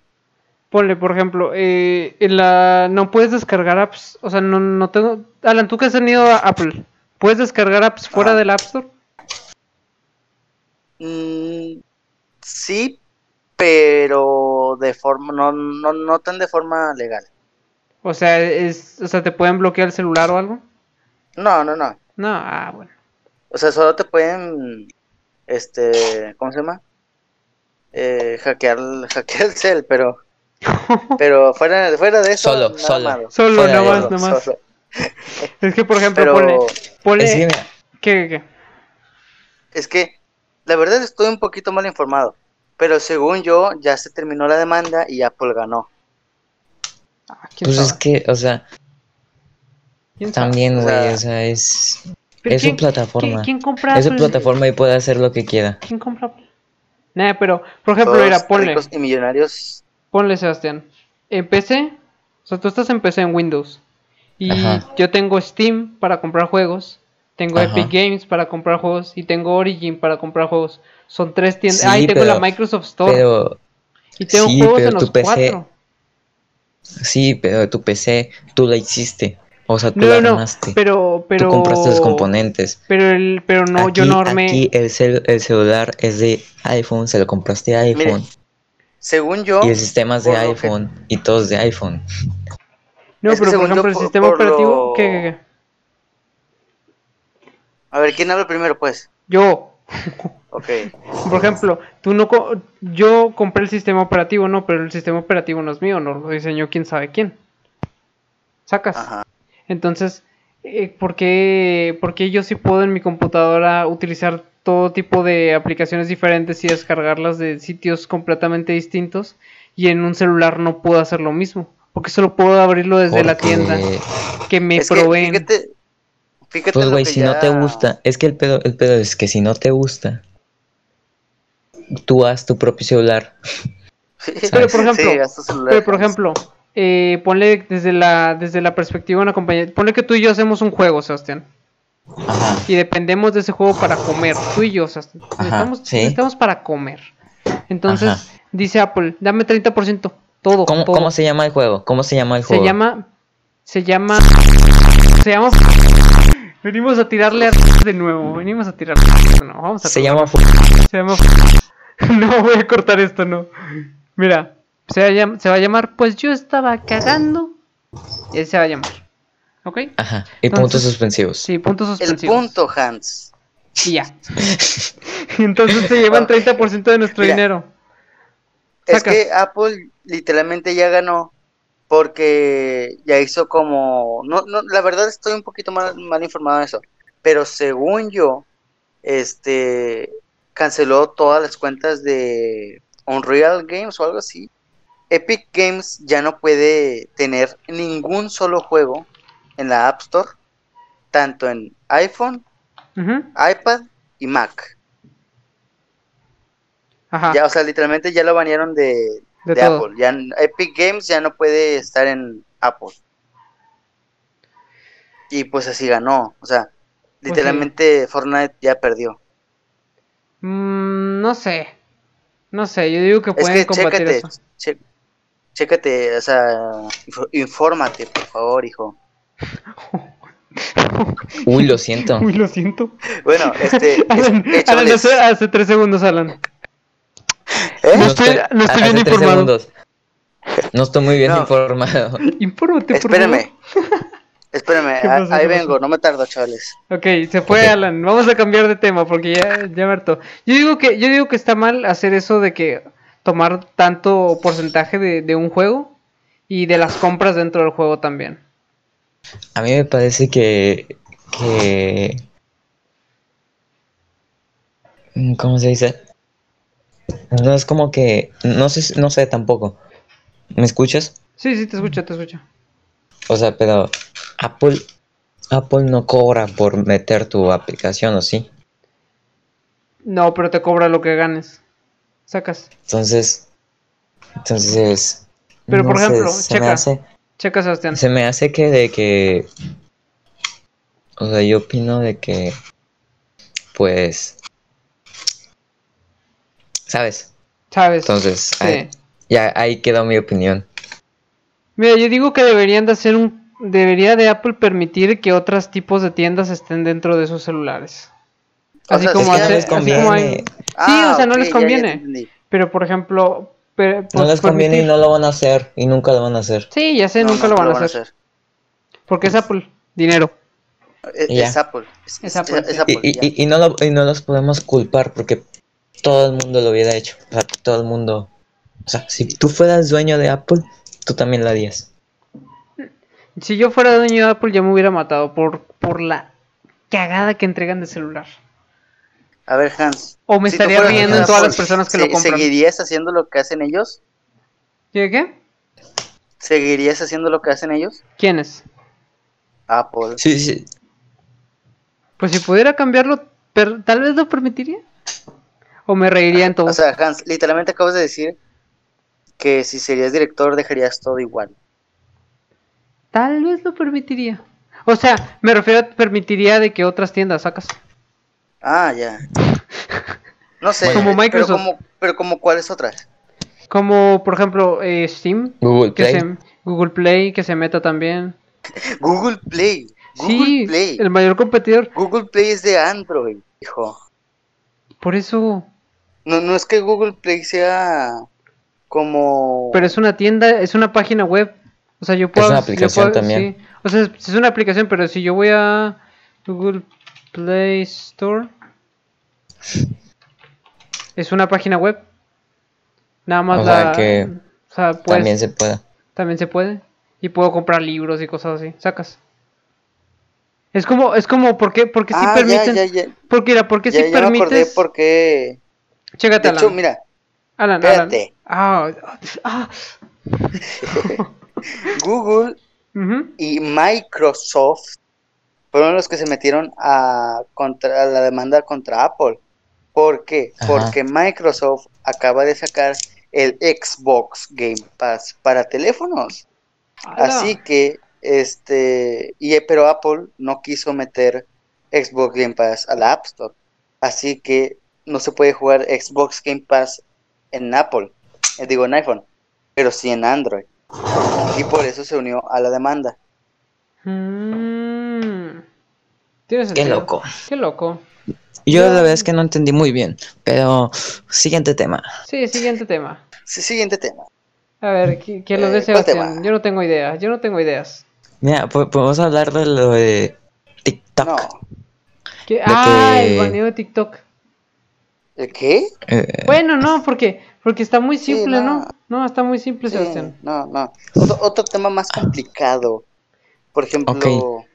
S1: Ponle, por ejemplo, eh, en la, no puedes descargar apps. O sea, no, no tengo. Alan, tú que has tenido a Apple, ¿puedes descargar apps fuera
S3: Ah.
S1: del App Store?
S3: Mm, sí, pero de forma no, no, no tan de forma legal.
S1: O sea, es, o sea, ¿te pueden bloquear el celular o algo?
S3: No, no, no.
S1: No, ah, bueno.
S3: O sea, solo te pueden, este, ¿cómo se llama? Eh, hackear, el- hackear el cel, pero, pero fuera, fuera de eso,
S2: Solo,
S3: nada
S2: solo.
S3: malo.
S1: Solo,
S2: Fuera
S1: no
S2: de
S1: más,
S2: Apple,
S1: no más.
S3: Solo.
S1: Es que, por ejemplo,
S3: Pero
S1: ponle. ponle
S2: Es que, mira,
S1: ¿qué, qué, qué?
S3: es que, la verdad estoy un poquito mal informado, pero según yo ya se terminó la demanda y Apple ganó.
S1: Ah, quién
S2: pues es
S1: sabe.
S2: que, o sea,
S1: ¿Quién sabe?
S2: También,
S3: O
S2: güey,
S3: sea,
S2: o sea, es,
S1: Pero
S2: es
S1: ¿quién-
S2: su plataforma.
S1: ¿Quién, quién compra?
S2: es su
S1: Apple?
S2: plataforma y puede hacer lo que quiera.
S1: ¿Quién compra? Apple? Nah, pero, por ejemplo,
S3: Todos
S1: mira, ponle,
S3: ricos y millonarios.
S1: ponle, Sebastián. En PC, o sea, tú estás en PC en Windows. Y
S2: Ajá.
S1: yo tengo Steam para comprar juegos. Tengo
S2: Ajá.
S1: Epic Games para comprar juegos. Y tengo Origin para comprar juegos. Son tres tiendas.
S2: Sí,
S1: ah, y tengo
S2: pero-
S1: la Microsoft Store.
S2: Pero
S1: y tengo
S2: sí,
S1: juegos
S2: pero
S1: en los
S2: tu PC
S1: cuatro.
S2: sí, pero tu PC tú la hiciste. O sea, tú la
S1: No, no, no,
S2: armaste.
S1: pero, pero.
S2: Tú compraste los componentes.
S1: Pero, el, pero no, yo
S2: Aquí-
S1: no armé.
S2: Aquí el, cel- el celular es de iPhone, se lo compraste a
S3: Mire,
S2: iPhone.
S3: Según yo,
S2: y el sistema es de
S3: por lo que-
S2: iPhone. Y todos de iPhone.
S1: no,
S3: es que
S1: pero por
S3: según yo,
S1: ejemplo, el
S3: por-
S1: sistema
S3: por
S1: operativo.
S3: lo-
S1: ¿qué, qué, qué?
S3: a ver, ¿quién habla primero, pues?
S1: Yo,
S3: Ok.
S1: por ejemplo, tú no. co- Yo compré el sistema operativo, no, pero el sistema operativo no es mío, no lo diseñó quién sabe quién. Sacas.
S3: Ajá.
S1: Entonces, eh, ¿por, qué, por qué yo sí puedo en mi computadora utilizar todo tipo de aplicaciones diferentes y descargarlas de sitios completamente distintos y en un celular no puedo hacer lo mismo? Porque solo puedo abrirlo desde la
S2: Porque,
S1: tienda que me
S3: Es que
S1: proveen.
S3: fíjate, fíjate
S2: Pues,
S3: lo
S2: güey,
S3: que
S2: si no te
S3: ya-
S2: gusta. Es que el pedo, el pedo es que si no te gusta, tú haz tu propio celular.
S3: Sí,
S1: Pero, por ejemplo,
S3: sí, haz tu celular.
S1: Pero, por ejemplo, eh, ponle desde la, desde la perspectiva de una compañía. Ponle que tú y yo hacemos un juego, Sebastián.
S2: Ajá.
S1: y dependemos de ese juego para comer. Tú y yo, o sea, necesitamos,
S2: sí.
S1: necesitamos para comer. Entonces,
S2: Ajá.
S1: dice Apple, dame 30%, todo.
S2: ¿Cómo,
S1: todo.
S2: cómo se llama el juego? ¿Cómo se llama el
S1: Se
S2: juego?
S1: llama. Se llama. Se llama. Venimos a tirarle a de nuevo. Venimos a tirarle a de nuevo. Vamos a
S2: Se
S1: cortar.
S2: llama
S1: Se llama. No voy a cortar esto, no. Mira, se va a, llam- se va a llamar. Pues yo estaba cagando. Y así se va a llamar. ¿Ok?
S2: Ajá. Y
S1: Entonces-
S2: puntos suspensivos.
S1: Sí, puntos
S3: El
S1: suspensivos.
S3: punto, Hans.
S1: Y ya. Entonces se llevan 30% de nuestro
S3: Mira.
S1: dinero.
S3: Es
S1: Saca.
S3: que Apple literalmente ya ganó porque ya hizo como... No, no, la verdad estoy un poquito mal, mal informado de eso. Pero según yo, este canceló todas las cuentas de Unreal Games o algo así. Epic Games ya no puede tener ningún solo juego en la App Store, tanto en iPhone,
S1: Ujú,
S3: iPad y Mac.
S1: Ajá.
S3: Ya, o sea, literalmente ya lo banearon de,
S1: de,
S3: de
S1: todo.
S3: Apple. Ya, n- Epic Games ya no puede estar en Apple. Y pues así ganó. O sea,
S1: sí.
S3: literalmente Fortnite ya perdió.
S1: Mm, no sé. No sé, yo digo que
S3: Es
S1: pueden
S3: que
S1: combatir
S3: chécate,
S1: eso.
S3: che- chécate, o sea, inf- infórmate, por favor, hijo.
S2: Uy, lo siento.
S1: Uy, lo siento.
S3: Bueno, este, es-
S1: Alan,
S3: eh,
S1: Alan,
S3: chavales,
S1: hace, hace tres segundos, Alan.
S3: ¿eh?
S1: No estoy-
S2: estoy-
S1: no estoy
S2: Este, hace
S1: bien
S2: tres
S1: informado.
S2: segundos. No estoy muy bien
S3: No.
S2: informado.
S1: Infórmate, por
S3: espérame. Espérame,
S1: ¿Qué
S3: a-
S1: pasó,
S3: ahí
S1: qué pasó?
S3: vengo, no me tardo, chavales.
S1: favor. Ok, se fue
S2: Ok.
S1: Alan. Vamos a cambiar de tema porque ya, ya me hartó. Yo digo que, yo digo que está mal hacer eso de que tomar tanto porcentaje de, de un juego y de las compras dentro del juego también.
S2: A mí me parece que. que. mm, ¿Cómo se dice? No es como que. No sé, si- no sé tampoco. ¿Me escuchas?
S1: Sí, sí, te escucho, te escucho.
S2: O sea, pero. Apple. Apple no cobra por meter tu aplicación, ¿o sí?
S1: No, pero te cobra lo que ganes. Sacas.
S2: Entonces. Entonces.
S1: Pero, por
S2: no sé,
S1: ejemplo,
S2: se me
S1: checa.
S2: hace-
S1: Checa, Sebastián.
S2: Se me hace que de que. O sea, yo opino de que. Pues. ¿Sabes?
S1: ¿Sabes?
S2: Entonces,
S1: Sí.
S2: ahí- ya ahí quedó mi opinión.
S1: Mira, yo digo que deberían de hacer un... Debería de Apple permitir que otros tipos de tiendas estén dentro de sus celulares.
S3: O
S1: Así
S3: sea,
S1: como
S2: es que no
S1: hace...
S2: les
S1: así como hay-
S2: conviene.
S1: Sí, o sea, no
S3: ah,
S1: les
S3: ok, ya- ya te
S1: conviene.
S3: entendí.
S1: Pero, por ejemplo... per-
S2: No
S1: por-
S2: les conviene y
S1: permitir-
S2: no lo van a hacer. Y nunca lo van a hacer.
S1: Sí, ya sé,
S3: No,
S1: nunca
S3: no,
S1: lo van
S3: no
S1: a hacer. Porque es Apple. Dinero.
S3: Es,
S2: Y ya.
S3: es Apple. Es,
S1: Es Apple,
S3: es-
S1: sí.
S3: es
S2: Y,
S3: Apple,
S2: y-
S3: ya.
S2: y- y no lo- y no los podemos culpar porque todo el mundo lo hubiera hecho. O sea, todo el mundo. O sea, si tú fueras dueño de Apple, tú también lo harías.
S1: Si yo fuera dueño de Apple ya me hubiera matado por, por la cagada que entregan de celular.
S3: A ver, Hans.
S1: O me
S3: si tú
S1: estaría
S3: fueras
S1: riendo en
S3: Hans,
S1: todas las personas que lo
S3: ¿se-
S1: compran.
S3: ¿Seguirías haciendo lo que hacen ellos?
S1: ¿Y de qué?
S3: ¿Seguirías haciendo lo que hacen ellos? Ah,
S1: ¿Quiénes?
S3: Apple.
S2: Sí, sí.
S1: Pues si pudiera cambiarlo, per- tal vez lo permitiría. O me reiría en todo.
S3: O sea, Hans, literalmente acabas de decir que si serías director dejarías todo igual.
S1: tal vez lo permitiría. O sea, me refiero a permitiría de que otras tiendas sacas.
S3: Ah, ya. No sé.
S2: Como
S1: Microsoft.
S3: Pero como, pero como cuáles otras.
S1: Como por ejemplo eh, Steam,
S2: Google
S1: que
S2: Play.
S1: se- Google Play, que se meta también.
S3: Google Play. Google
S1: sí,
S3: Play.
S1: el mayor competidor.
S3: Google Play es de Android, hijo.
S1: Por eso.
S3: No, no es que Google Play sea como...
S1: Pero es una tienda, es una página web. O sea, yo puedo.
S2: una
S1: yo
S2: aplicación
S1: puedo-
S2: también.
S1: sí. O sea, es es una aplicación, pero si yo voy a Google Play Store. Es una página web. Nada más
S2: O
S1: la.
S2: sea, que
S1: o sea, puedes-
S2: También se puede.
S1: También se puede. Y puedo comprar libros y cosas así. Sacas. Es como, es como, ¿por qué? Porque si
S3: ah,
S1: permiten.
S3: ya, ya, ya.
S1: Porque mira, porque
S3: Ya,
S1: si
S3: ya me acordé
S1: permites.
S3: por qué...
S1: Chécate,
S3: De
S1: Alan.
S3: hecho, mira,
S1: Alan, Alan.
S3: espérate.
S1: Ah, ah,
S3: Google
S1: ujú.
S3: y Microsoft fueron los que se metieron a, contra, a la demanda contra Apple. ¿Por qué?
S2: Ajá.
S3: Porque Microsoft acaba de sacar el Xbox Game Pass para teléfonos.
S1: Ala.
S3: Así que, este, y, pero Apple no quiso meter Xbox Game Pass a la App Store. Así que no se puede jugar Xbox Game Pass en Apple, eh, digo en iPhone, pero sí en Android. Y por eso se unió a la demanda.
S1: Mm. Tiene
S2: Qué
S1: sentido.
S2: loco.
S1: Qué loco.
S2: Yo la verdad es que no entendí muy bien. Pero, siguiente tema.
S1: Sí, siguiente tema.
S3: Sí, siguiente tema.
S1: A ver, ¿qui- ¿quién lo
S3: Eh,
S1: dé,
S3: ¿cuál
S1: Sebastián?
S3: tema?
S1: Yo no tengo ideas, yo no tengo ideas.
S2: Mira, po- podemos hablar de lo de TikTok.
S3: No.
S1: ¿Qué?
S2: que-
S1: Ah, el baneo de TikTok.
S3: ¿El qué?
S2: Eh,
S1: Bueno, no, porque porque está muy
S3: Sí,
S1: simple,
S3: no.
S1: ¿no? No, está muy simple,
S3: Sí,
S1: Sebastián.
S3: no, no. Otro, otro tema más complicado. Por ejemplo,
S2: Ok.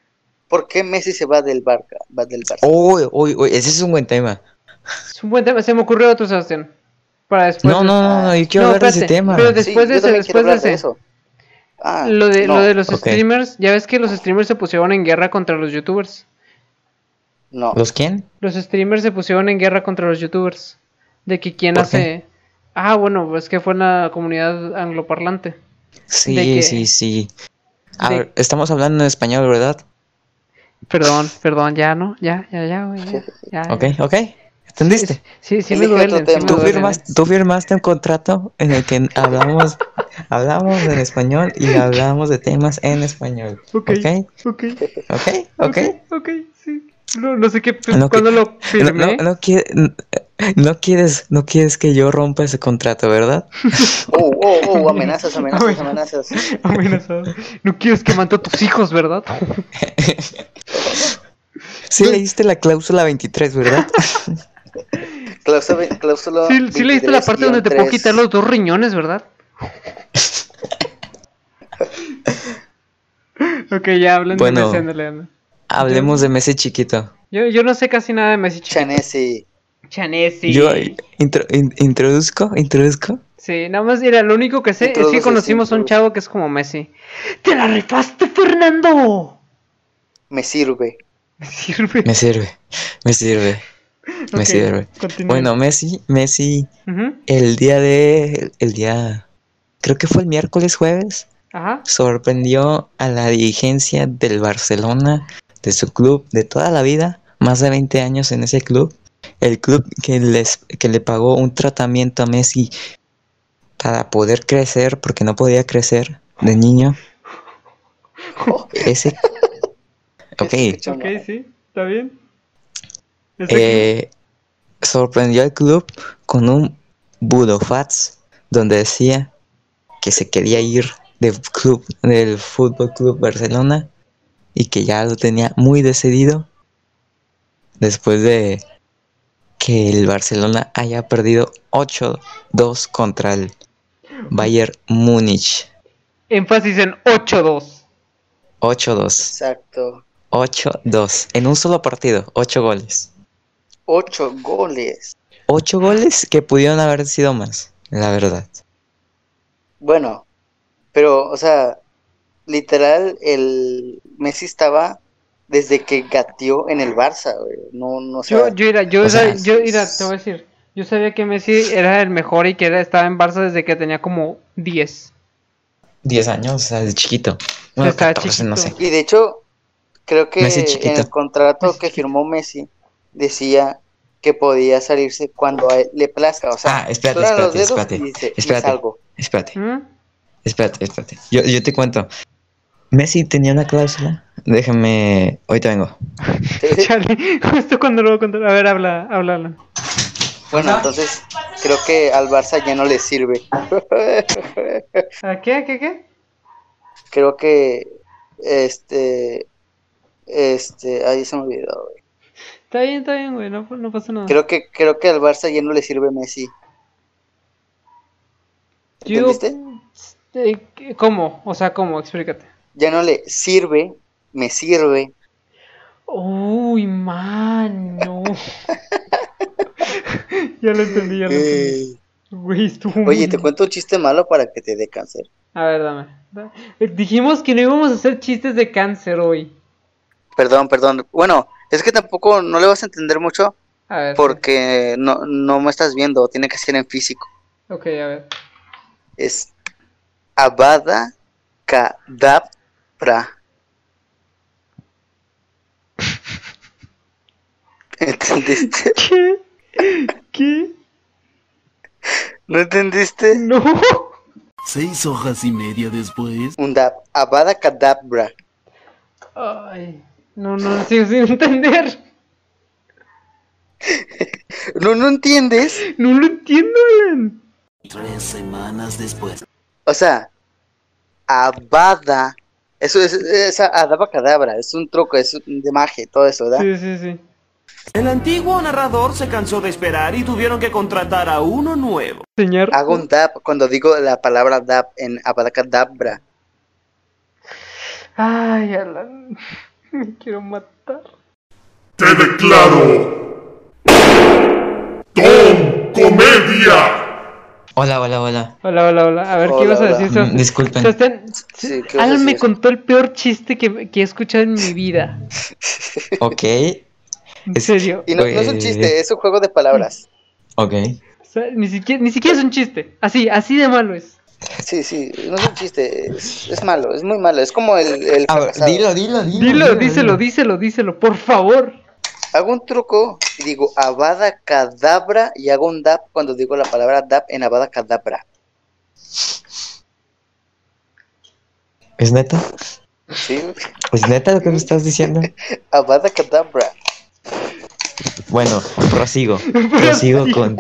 S3: ¿por qué Messi se va del Barca? Va del
S1: Oh.
S3: Barça?
S2: uy, uy, uy, ese es un buen tema.
S1: Es un buen tema, se me ocurrió otro, Sebastián. Para después.
S2: No,
S1: de-
S2: no, no, no, yo quiero
S1: Pues, No,
S2: hablar de ese
S1: espérate,
S2: tema.
S1: pero después
S3: yo
S1: de ese,
S3: también quiero
S1: después de
S3: hablar
S1: ese.
S3: eso. Ah,
S1: Lo de,
S3: no,
S1: lo de los
S2: ok.
S1: streamers, ya ves que los streamers se pusieron en guerra contra los youtubers.
S3: no.
S2: ¿Los quién?
S1: Los streamers se pusieron en guerra contra los youtubers. De que quién
S2: ¿Por
S1: hace. Ah, bueno, pues que fue en la comunidad angloparlante.
S2: Sí,
S1: ¿De qué?
S2: sí, sí. A
S1: ¿De-
S2: ver, estamos hablando en español, ¿verdad?
S1: Perdón, perdón, ya, ¿no? Ya, ya, ya, güey. Ya, ya, ya.
S2: Ok, ok. ¿Entendiste?
S1: Sí, sí, me
S3: Elige otro
S1: duelen. sí
S3: tema.
S1: me
S2: Tú
S1: duelen, ¿eh?
S2: firmaste, tú firmaste un contrato en el que hablamos, hablamos en español y hablamos de temas en español.
S1: Ok.
S2: Ok,
S1: Ok,
S2: ok, ok. Ah,
S1: ok, ok, sí. No, no sé qué,
S2: No,
S1: cuándo lo
S2: No,
S1: firmé.
S2: no, no, quie- no quieres, no quieres que yo rompa ese contrato, ¿verdad?
S3: Oh, oh, oh, amenazas, amenazas, amenazas.
S1: Amenazado. No quieres que mate a tus hijos, ¿verdad?
S2: Sí leíste la cláusula 23, ¿verdad?
S3: Cláusula, cláusula
S1: Sí, sí leíste la parte donde te puedo quitar los dos riñones, ¿verdad? ok, ya hablan
S2: Bueno.
S1: de Messi, ándale, ándale.
S2: Hablemos de Messi chiquito.
S1: Yo, yo no sé casi nada de Messi. Ch-
S3: Chanesi.
S1: Chanesi.
S2: Yo intro- in- introduzco, introduzco.
S1: Sí, nada más mira, lo único que sé es que
S3: Introduce,
S1: conocimos a un
S3: introduce.
S1: chavo que es como Messi. ¡Te la rifaste, Fernando!
S3: Me sirve.
S1: Me sirve.
S2: Me sirve, me sirve, me
S1: Ok,
S2: sirve.
S1: continúa.
S2: Bueno, Messi, Messi,
S1: Ujú,
S2: el día de, el día, creo que fue el miércoles, jueves.
S1: Ajá.
S2: sorprendió a la dirigencia del Barcelona, de su club, de toda la vida, más de 20 años en ese club, el club que, les, que le pagó un tratamiento a Messi para poder crecer, porque no podía crecer de niño. Ese... Ok,
S1: Ok, sí, está bien. Está
S2: eh, sorprendió al club con un Budofats donde decía que se quería ir del club del Fútbol Club Barcelona y que ya lo tenía muy decidido después de que el Barcelona haya perdido 8-2 contra el Bayern Múnich.
S1: aquí. Énfasis en 8-2.
S2: 8-2.
S3: Exacto.
S2: 8-2. En un solo partido, 8 goles.
S3: Ocho goles.
S2: Ocho goles que pudieron haber sido más, la verdad.
S3: Bueno, pero, o sea, literal, el Messi estaba desde que gateó en el Barça, güey. No, no sé.
S1: Yo, yo, era, yo,
S2: O sea,
S1: era- yo era- te voy a decir, yo sabía que Messi era el mejor y que era, estaba en Barça desde que tenía como 10.
S2: 10 años, o sea, de chiquito. Bueno,
S1: estaba
S2: 14, no sé.
S1: chiquito.
S3: Y de hecho, creo que
S2: Messi
S3: en
S2: chiquito.
S3: el contrato
S1: Messi
S3: que
S1: chiquito.
S3: firmó Messi decía que podía salirse cuando a él le plazca. O sea,
S2: Ah, espérate,
S3: dobla los
S2: espérate,
S3: dedos
S2: espérate.
S3: y dice, y
S2: espérate.
S3: salgo.
S2: Espérate,
S1: ¿Mm?
S2: espérate, espérate. Yo, yo te cuento. Messi tenía una cláusula. Déjame. Ahorita vengo.
S1: Chale, justo cuando lo voy a contar. A ver, habla, habla. habla.
S3: Bueno, entonces creo que al Barça ya no le sirve.
S1: ¿A qué, a qué, a qué?
S3: creo que este este ahí se me olvidó. güey.
S1: Está bien, está bien, güey, no, no pasa nada.
S3: Creo que creo que al Barça ya no le sirve Messi.
S1: Yo-
S3: ¿entendiste?
S1: Eh, ¿qué- ¿Cómo? O sea, ¿cómo? Explícate.
S3: Ya no le sirve, me sirve.
S1: Uy, mano. ya lo entendí, ya lo entendí.
S3: Eh,
S1: Güey, estuvo muy-
S3: Oye, te cuento un chiste malo para que te dé cáncer.
S1: A ver, dame. da- Eh, Dijimos que no íbamos a hacer chistes de cáncer hoy.
S3: Perdón, perdón. Bueno, es que tampoco no le vas a entender mucho
S1: A ver.
S3: porque no, no me estás viendo, tiene que ser en físico.
S1: Ok, a ver.
S3: Es Abada Kadabra. ¿Entendiste?
S1: ¿Qué? ¿Qué?
S3: ¿No entendiste?
S1: No.
S5: Seis hojas y media después.
S3: Un dab, Abada Kadabra.
S1: Ay. No, no, sigo sin entender.
S3: ¿No, ¿No entiendes?
S1: No lo entiendo, Alan.
S5: Tres semanas después.
S3: O sea, Abada. Eso es, es Kadabra, es un truco, es un- de magia, y todo eso, ¿verdad?
S1: Sí, sí, sí.
S6: El antiguo narrador se cansó de esperar y tuvieron que contratar a uno nuevo.
S1: Señor.
S3: Hago un dab cuando digo la palabra dab en Abadacadabra.
S1: Ay, Alan. Me quiero matar.
S7: Te declaro Tom Comedia.
S2: Hola, hola, hola.
S1: Hola, hola, hola. A ver, ¿qué
S3: Hola,
S1: ibas a
S3: hola.
S1: decir,
S2: Mm,
S1: Sebastián?
S2: disculpen.
S1: Sebastián,
S3: Sí, ¿qué vas a
S1: Alan me
S3: decir?
S1: contó el peor chiste que, que he escuchado en mi vida.
S2: Ok,
S1: En
S2: Es-
S1: serio.
S3: Y no, no es un
S2: Güey.
S3: chiste, es un juego de palabras.
S2: ok.
S1: O sea, ni, siquiera, ni siquiera es un chiste. Así, así de malo es.
S3: Sí, sí, no es un chiste, es, es malo, es muy malo. Es como el, el
S2: A ver,
S3: fracasado.
S2: dilo, dilo, dilo.
S1: Dilo, díselo, díselo, díselo, por favor.
S3: Hago un truco y digo Abada Cadabra y hago un dab cuando digo la palabra dab en Abada Cadabra.
S2: ¿Es neta?
S3: ¿Sí?
S2: ¿Es neta lo que me estás diciendo?
S3: Abada Cadabra.
S2: Bueno, prosigo. Prosigo con.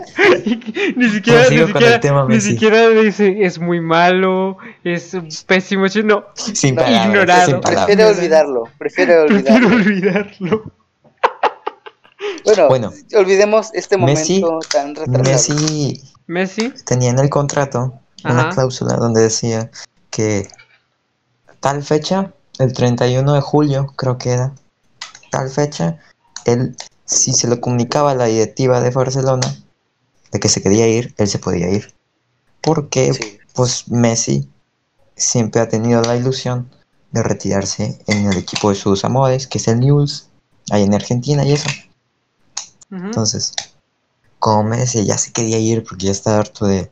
S1: ni siquiera, ni
S2: Prosigo con
S1: siquiera,
S2: el tema,
S1: ni
S2: Messi.
S1: siquiera dice es muy malo, es un pésimo chiste. No,
S2: Sin
S3: No,
S2: palabras.
S1: ignorado.
S2: Sin palabras.
S3: Prefiero olvidarlo, prefiero
S1: prefiero
S3: olvidarlo.
S1: olvidarlo.
S3: Bueno,
S2: Bueno.
S3: olvidemos este momento
S2: Messi-
S3: tan retrasado.
S2: Messi
S1: Messi,
S2: tenía en el contrato
S1: Ajá.
S2: una cláusula donde decía que tal fecha, el 31 de julio creo que era, tal fecha, él, si se lo comunicaba a la directiva de Barcelona de que se quería ir, él se podía ir. Porque
S3: Sí.
S2: pues Messi siempre ha tenido la ilusión de retirarse en el equipo de sus amores, que es el News, ahí en Argentina y eso.
S1: Ujú.
S2: Entonces, como Messi ya se quería ir porque ya está harto de,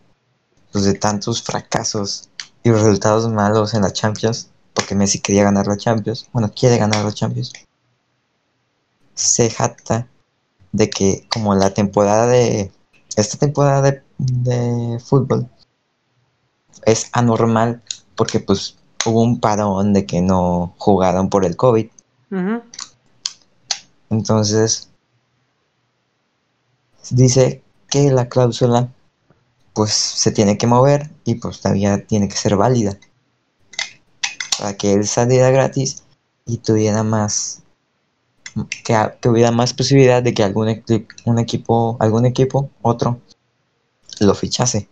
S2: pues, de tantos fracasos y resultados malos en la Champions, porque Messi quería ganar la Champions, bueno, quiere ganar la Champions, se jacta de que como la temporada de, esta temporada de, de fútbol es anormal porque pues hubo un parón de que no jugaron por el COVID.
S1: Ujú.
S2: Entonces, dice que la cláusula pues se tiene que mover y pues todavía tiene que ser válida. Para que él saliera gratis y tuviera más que, a- que hubiera más posibilidad de que algún equi- un equipo, algún equipo, otro, lo fichase.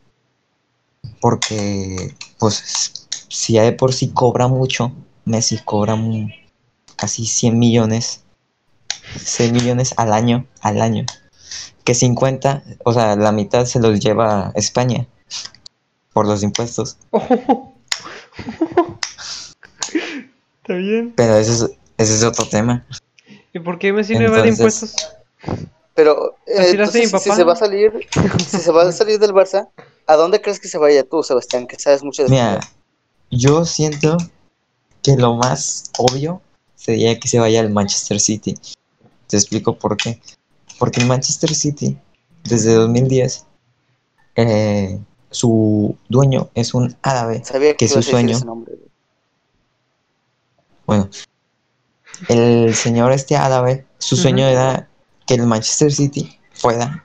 S2: Porque pues si ya de por sí cobra mucho, Messi cobra mu- casi 100 millones 6 millones al año, al año. Que 50, o sea, la mitad se los lleva a España por los impuestos.
S1: Oh, oh, oh. Está bien.
S2: Pero ese es, ese es otro tema.
S1: ¿Y por qué me sirve de
S2: Entonces-
S1: impuestos?
S3: Pero eh,
S1: Así lo hace mi
S3: entonces, si
S1: papá.
S3: se va a salir, si se va a salir del Barça, ¿a dónde crees que se vaya tú, Sebastián? Que sabes mucho de
S2: Mira, yo siento que lo más obvio sería que se vaya al Manchester City. Te explico por qué. Porque el Manchester City, desde 2010, eh, su dueño es un árabe.
S3: Sabía
S2: que
S3: que,
S2: su
S3: ibas a decir
S2: sueño-
S3: ese nombre. güey.
S2: Bueno, el señor este árabe, su
S1: Ujú.
S2: sueño era que el Manchester City fuera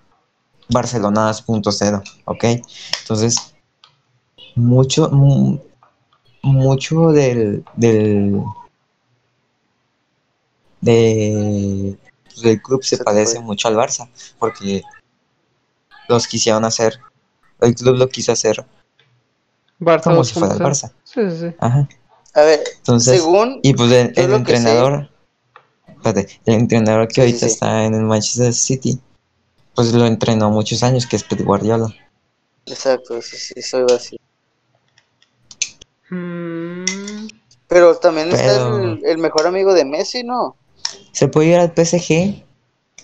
S2: Barcelona 2.0, ¿ok? Entonces, mucho, mu- mucho del, del, de- pues, del club se
S3: Se te
S2: parece
S3: fue.
S2: mucho al Barça, porque los quisieron hacer, el club lo quiso hacer
S1: Barça
S2: como si fuera el
S1: 2.0.
S2: Barça.
S1: Sí, sí, sí.
S2: Ajá.
S3: A ver,
S2: Entonces,
S3: según
S2: y pues el,
S3: Yo
S2: el
S3: lo que sé-
S2: entrenador, espérate, el entrenador que
S3: Sí, sí,
S2: ahorita
S3: sí.
S2: está en el Manchester City, pues lo entrenó muchos años, que es Pep Guardiola.
S3: Exacto, eso sí, eso iba a decir.
S1: Mm,
S3: Pero también está
S2: Pero-
S3: el, el mejor amigo de Messi, ¿no?
S2: Se puede ir al PSG,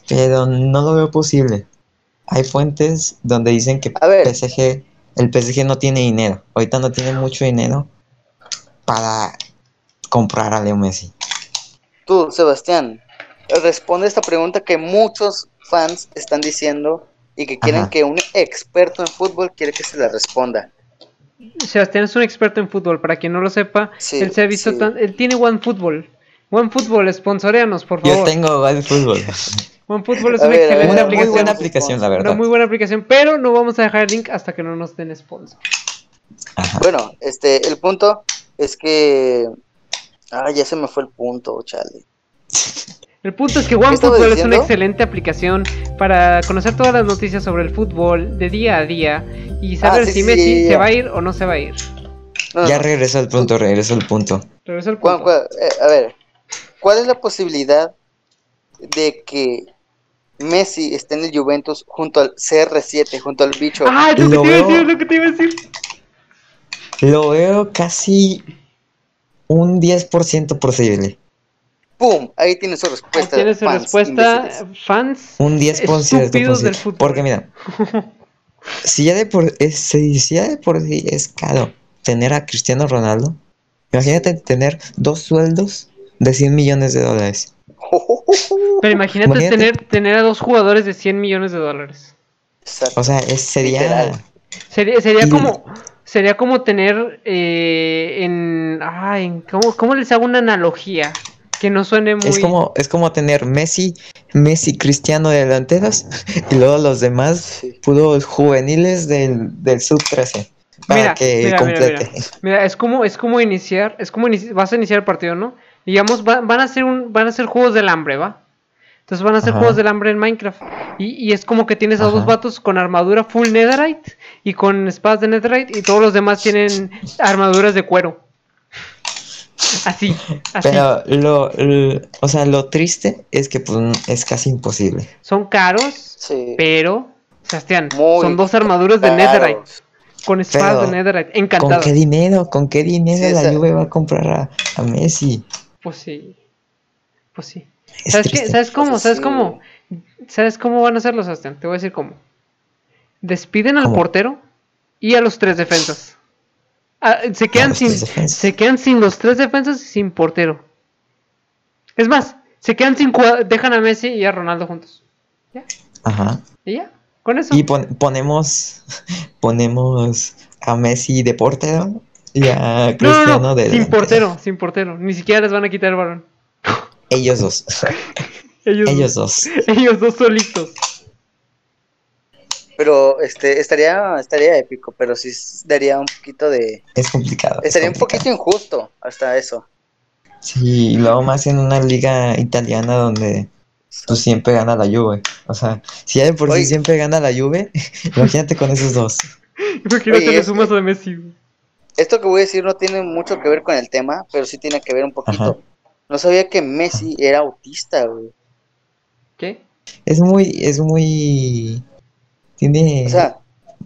S2: pero no lo veo posible. Hay fuentes donde dicen que
S3: A ver.
S2: PSG, el PSG no tiene dinero. Ahorita no tiene mucho dinero para comprar a Leo Messi.
S3: Tú, Sebastián, responde esta pregunta que muchos fans están diciendo y que quieren
S2: Ajá.
S3: que un experto en fútbol quiere que se la responda.
S1: Sebastián es un experto en fútbol. Para quien no lo sepa,
S3: Sí,
S1: él se ha visto
S3: sí.
S1: tan- Él tiene OneFootball. OneFootball, sponsoreanos, por
S2: Yo
S1: favor.
S2: tengo el fútbol.
S1: OneFootball es
S3: A
S1: una
S3: ver, a ver,
S1: excelente
S2: Una muy
S1: aplicación.
S2: buena aplicación, la
S1: Una
S2: verdad.
S1: muy buena aplicación, pero no vamos a dejar el link hasta que no nos den sponsor.
S2: Ajá.
S3: Bueno, este, el punto es que... Ah, ya se me fue el punto, chale.
S1: El punto es que
S3: estaba
S1: OneFootball es una
S3: diciendo?
S1: excelente aplicación para conocer todas las noticias sobre el fútbol de día a día y saber
S3: Ah, sí,
S1: si
S3: sí,
S1: Messi
S3: ya, ya,
S1: se
S3: ya.
S1: va a ir o no se va a ir.
S3: No, no,
S2: Ya
S3: no.
S2: regreso al punto, regreso al punto.
S1: Regreso al
S3: ¿Cuál-
S1: punto.
S3: cuál- eh, a ver, ¿cuál es la posibilidad de que Messi esté en el Juventus junto al CR7, junto al bicho?
S1: Ah, es lo que
S2: Lo
S1: te iba a decir,
S2: veo.
S1: es lo que te iba a decir.
S2: Lo veo casi un 10% posible.
S3: ¡Pum! Ahí tiene su
S1: Ahí
S3: respuesta.
S1: Ah, Tienes su
S3: fans
S1: respuesta,
S3: imbéciles.
S1: fans.
S2: Un 10%
S1: Estúpidos
S2: posible.
S1: del fútbol.
S2: Porque mira, si ya, de por, es, si si ya de por sí es caro tener a Cristiano Ronaldo, imagínate tener dos sueldos de 100 millones de dólares.
S3: Oh,
S1: Pero imagínate,
S2: Imagínate.
S1: Tener, tener a dos jugadores de 100 millones de dólares.
S3: Exacto.
S2: O sea, es- sería...
S3: Literal.
S1: Sería, sería
S2: Y-
S1: como sería como tener eh, en, ay, en- ¿cómo, cómo les hago una analogía que no suene muy
S2: Es como, es como tener Messi, Messi Cristiano de delanteros y luego los demás
S3: Sí.
S2: puros juveniles del, del sub 13 para
S1: Mira,
S2: que
S1: mira, mira,
S2: complete.
S1: Mira, es como, es como iniciar, es como inici- vas a iniciar el partido, ¿no? Digamos, va- van a hacer un, van a hacer juegos del hambre, ¿va? Entonces van a hacer
S2: Ajá.
S1: juegos del hambre en Minecraft. Y, y es como que tienes a dos
S2: Ajá.
S1: vatos con armadura full netherite y con espadas de netherite y todos los demás tienen armaduras de cuero. Así, así.
S2: Pero lo, l- o sea, lo triste es que pues, n- es casi imposible.
S1: Son caros,
S3: Sí.
S1: pero, Sebastián,
S3: Muy
S1: son dos armaduras de
S3: Claro.
S1: netherite con espadas
S2: Pero,
S1: de netherite.
S2: ¿Con
S1: Encantadas.
S2: qué dinero? ¿Con qué dinero
S3: Sí,
S2: la
S3: esa-
S2: Juve va a comprar a, a Messi?
S1: Pues sí. Pues sí.
S2: Es
S1: ¿Sabes, qué?
S2: triste.
S1: ¿Sabes cómo?
S3: Pues
S1: ¿Sabes
S3: sí.
S1: cómo? ¿Sabes cómo van a hacerlo, Sebastián? Te voy a decir cómo. Despiden al
S2: ¿Cómo?
S1: portero y a los tres defensas. Ah, se, quedan
S2: los
S1: sin,
S2: tres defensas.
S1: se quedan sin los tres defensas y sin portero. Es más, se quedan sin cua- dejan a Messi y a Ronaldo juntos.
S2: Ajá.
S1: Y ya, con eso.
S2: Y pon- ponemos, ponemos a Messi de portero y a
S1: no,
S2: Cristiano
S1: no, no,
S2: de
S1: sin
S2: delantero.
S1: portero, sin portero. Ni siquiera les van a quitar el balón.
S2: Ellos dos.
S1: Ellos,
S2: Ellos dos.
S1: ellos dos solitos.
S3: Pero este estaría estaría épico, pero sí s- daría un poquito de
S2: Es complicado. es
S3: estaría un poquito
S2: complicado.
S3: injusto hasta eso.
S2: Sí, y luego más en una liga italiana donde tú siempre gana la Juve. O sea, si ya de por
S3: Oye.
S2: sí siempre gana la Juve, imagínate con esos dos.
S1: Imagínate
S3: Oye,
S1: le
S3: es-
S1: sumas a Messi. güey.
S3: Esto que voy a decir no tiene mucho que ver con el tema, pero sí tiene que ver un poquito.
S2: Ajá.
S3: No sabía que Messi era autista, güey.
S1: ¿Qué?
S2: Es muy, es muy. Tiene.
S3: O sea,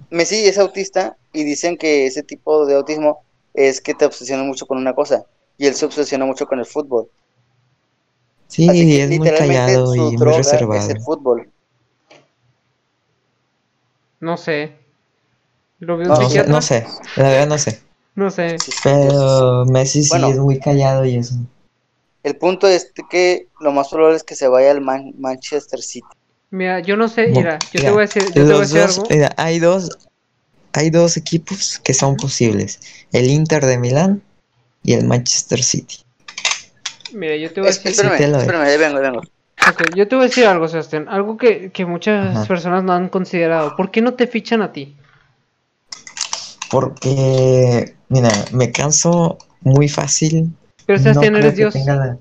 S3: Messi es autista y dicen que ese tipo de autismo es que te obsesionas mucho con una cosa. y él se obsesionó mucho con el fútbol.
S2: Sí,
S3: Así que
S2: es muy
S3: literalmente
S2: callado
S3: su
S2: y muy
S3: droga
S2: reservado.
S3: es el fútbol.
S1: No sé. Lo veo
S3: No,
S1: un
S2: No sé,
S1: psiquiatra.
S2: no sé, la verdad no sé.
S1: No sé.
S3: Sí, sí, sí.
S2: Pero Messi sí
S3: Bueno.
S2: es muy callado y eso.
S3: El punto es que lo más probable es que se vaya al Man- Manchester City.
S1: Mira, yo no sé.
S2: Bueno,
S1: Mira, yo te
S2: mira,
S1: voy a decir, yo te voy a
S2: Los
S1: decir
S2: dos,
S1: algo.
S2: mira, hay dos, hay dos equipos que son posibles, el Inter de Milán y el Manchester City.
S1: Mira, yo te voy a
S3: Es-
S1: decir.
S3: Espérame,
S2: Sí, te lo-
S3: espérame, ahí vengo, ahí vengo.
S1: Ok, yo te voy a decir algo, Sebastián. Algo que, que muchas
S2: Ajá.
S1: personas no han considerado. ¿Por qué no te fichan a ti?
S2: Porque, mira, me canso muy fácil.
S1: Pero Sebastián,
S2: no creo
S1: eres
S2: que
S1: Dios.
S2: tenga la-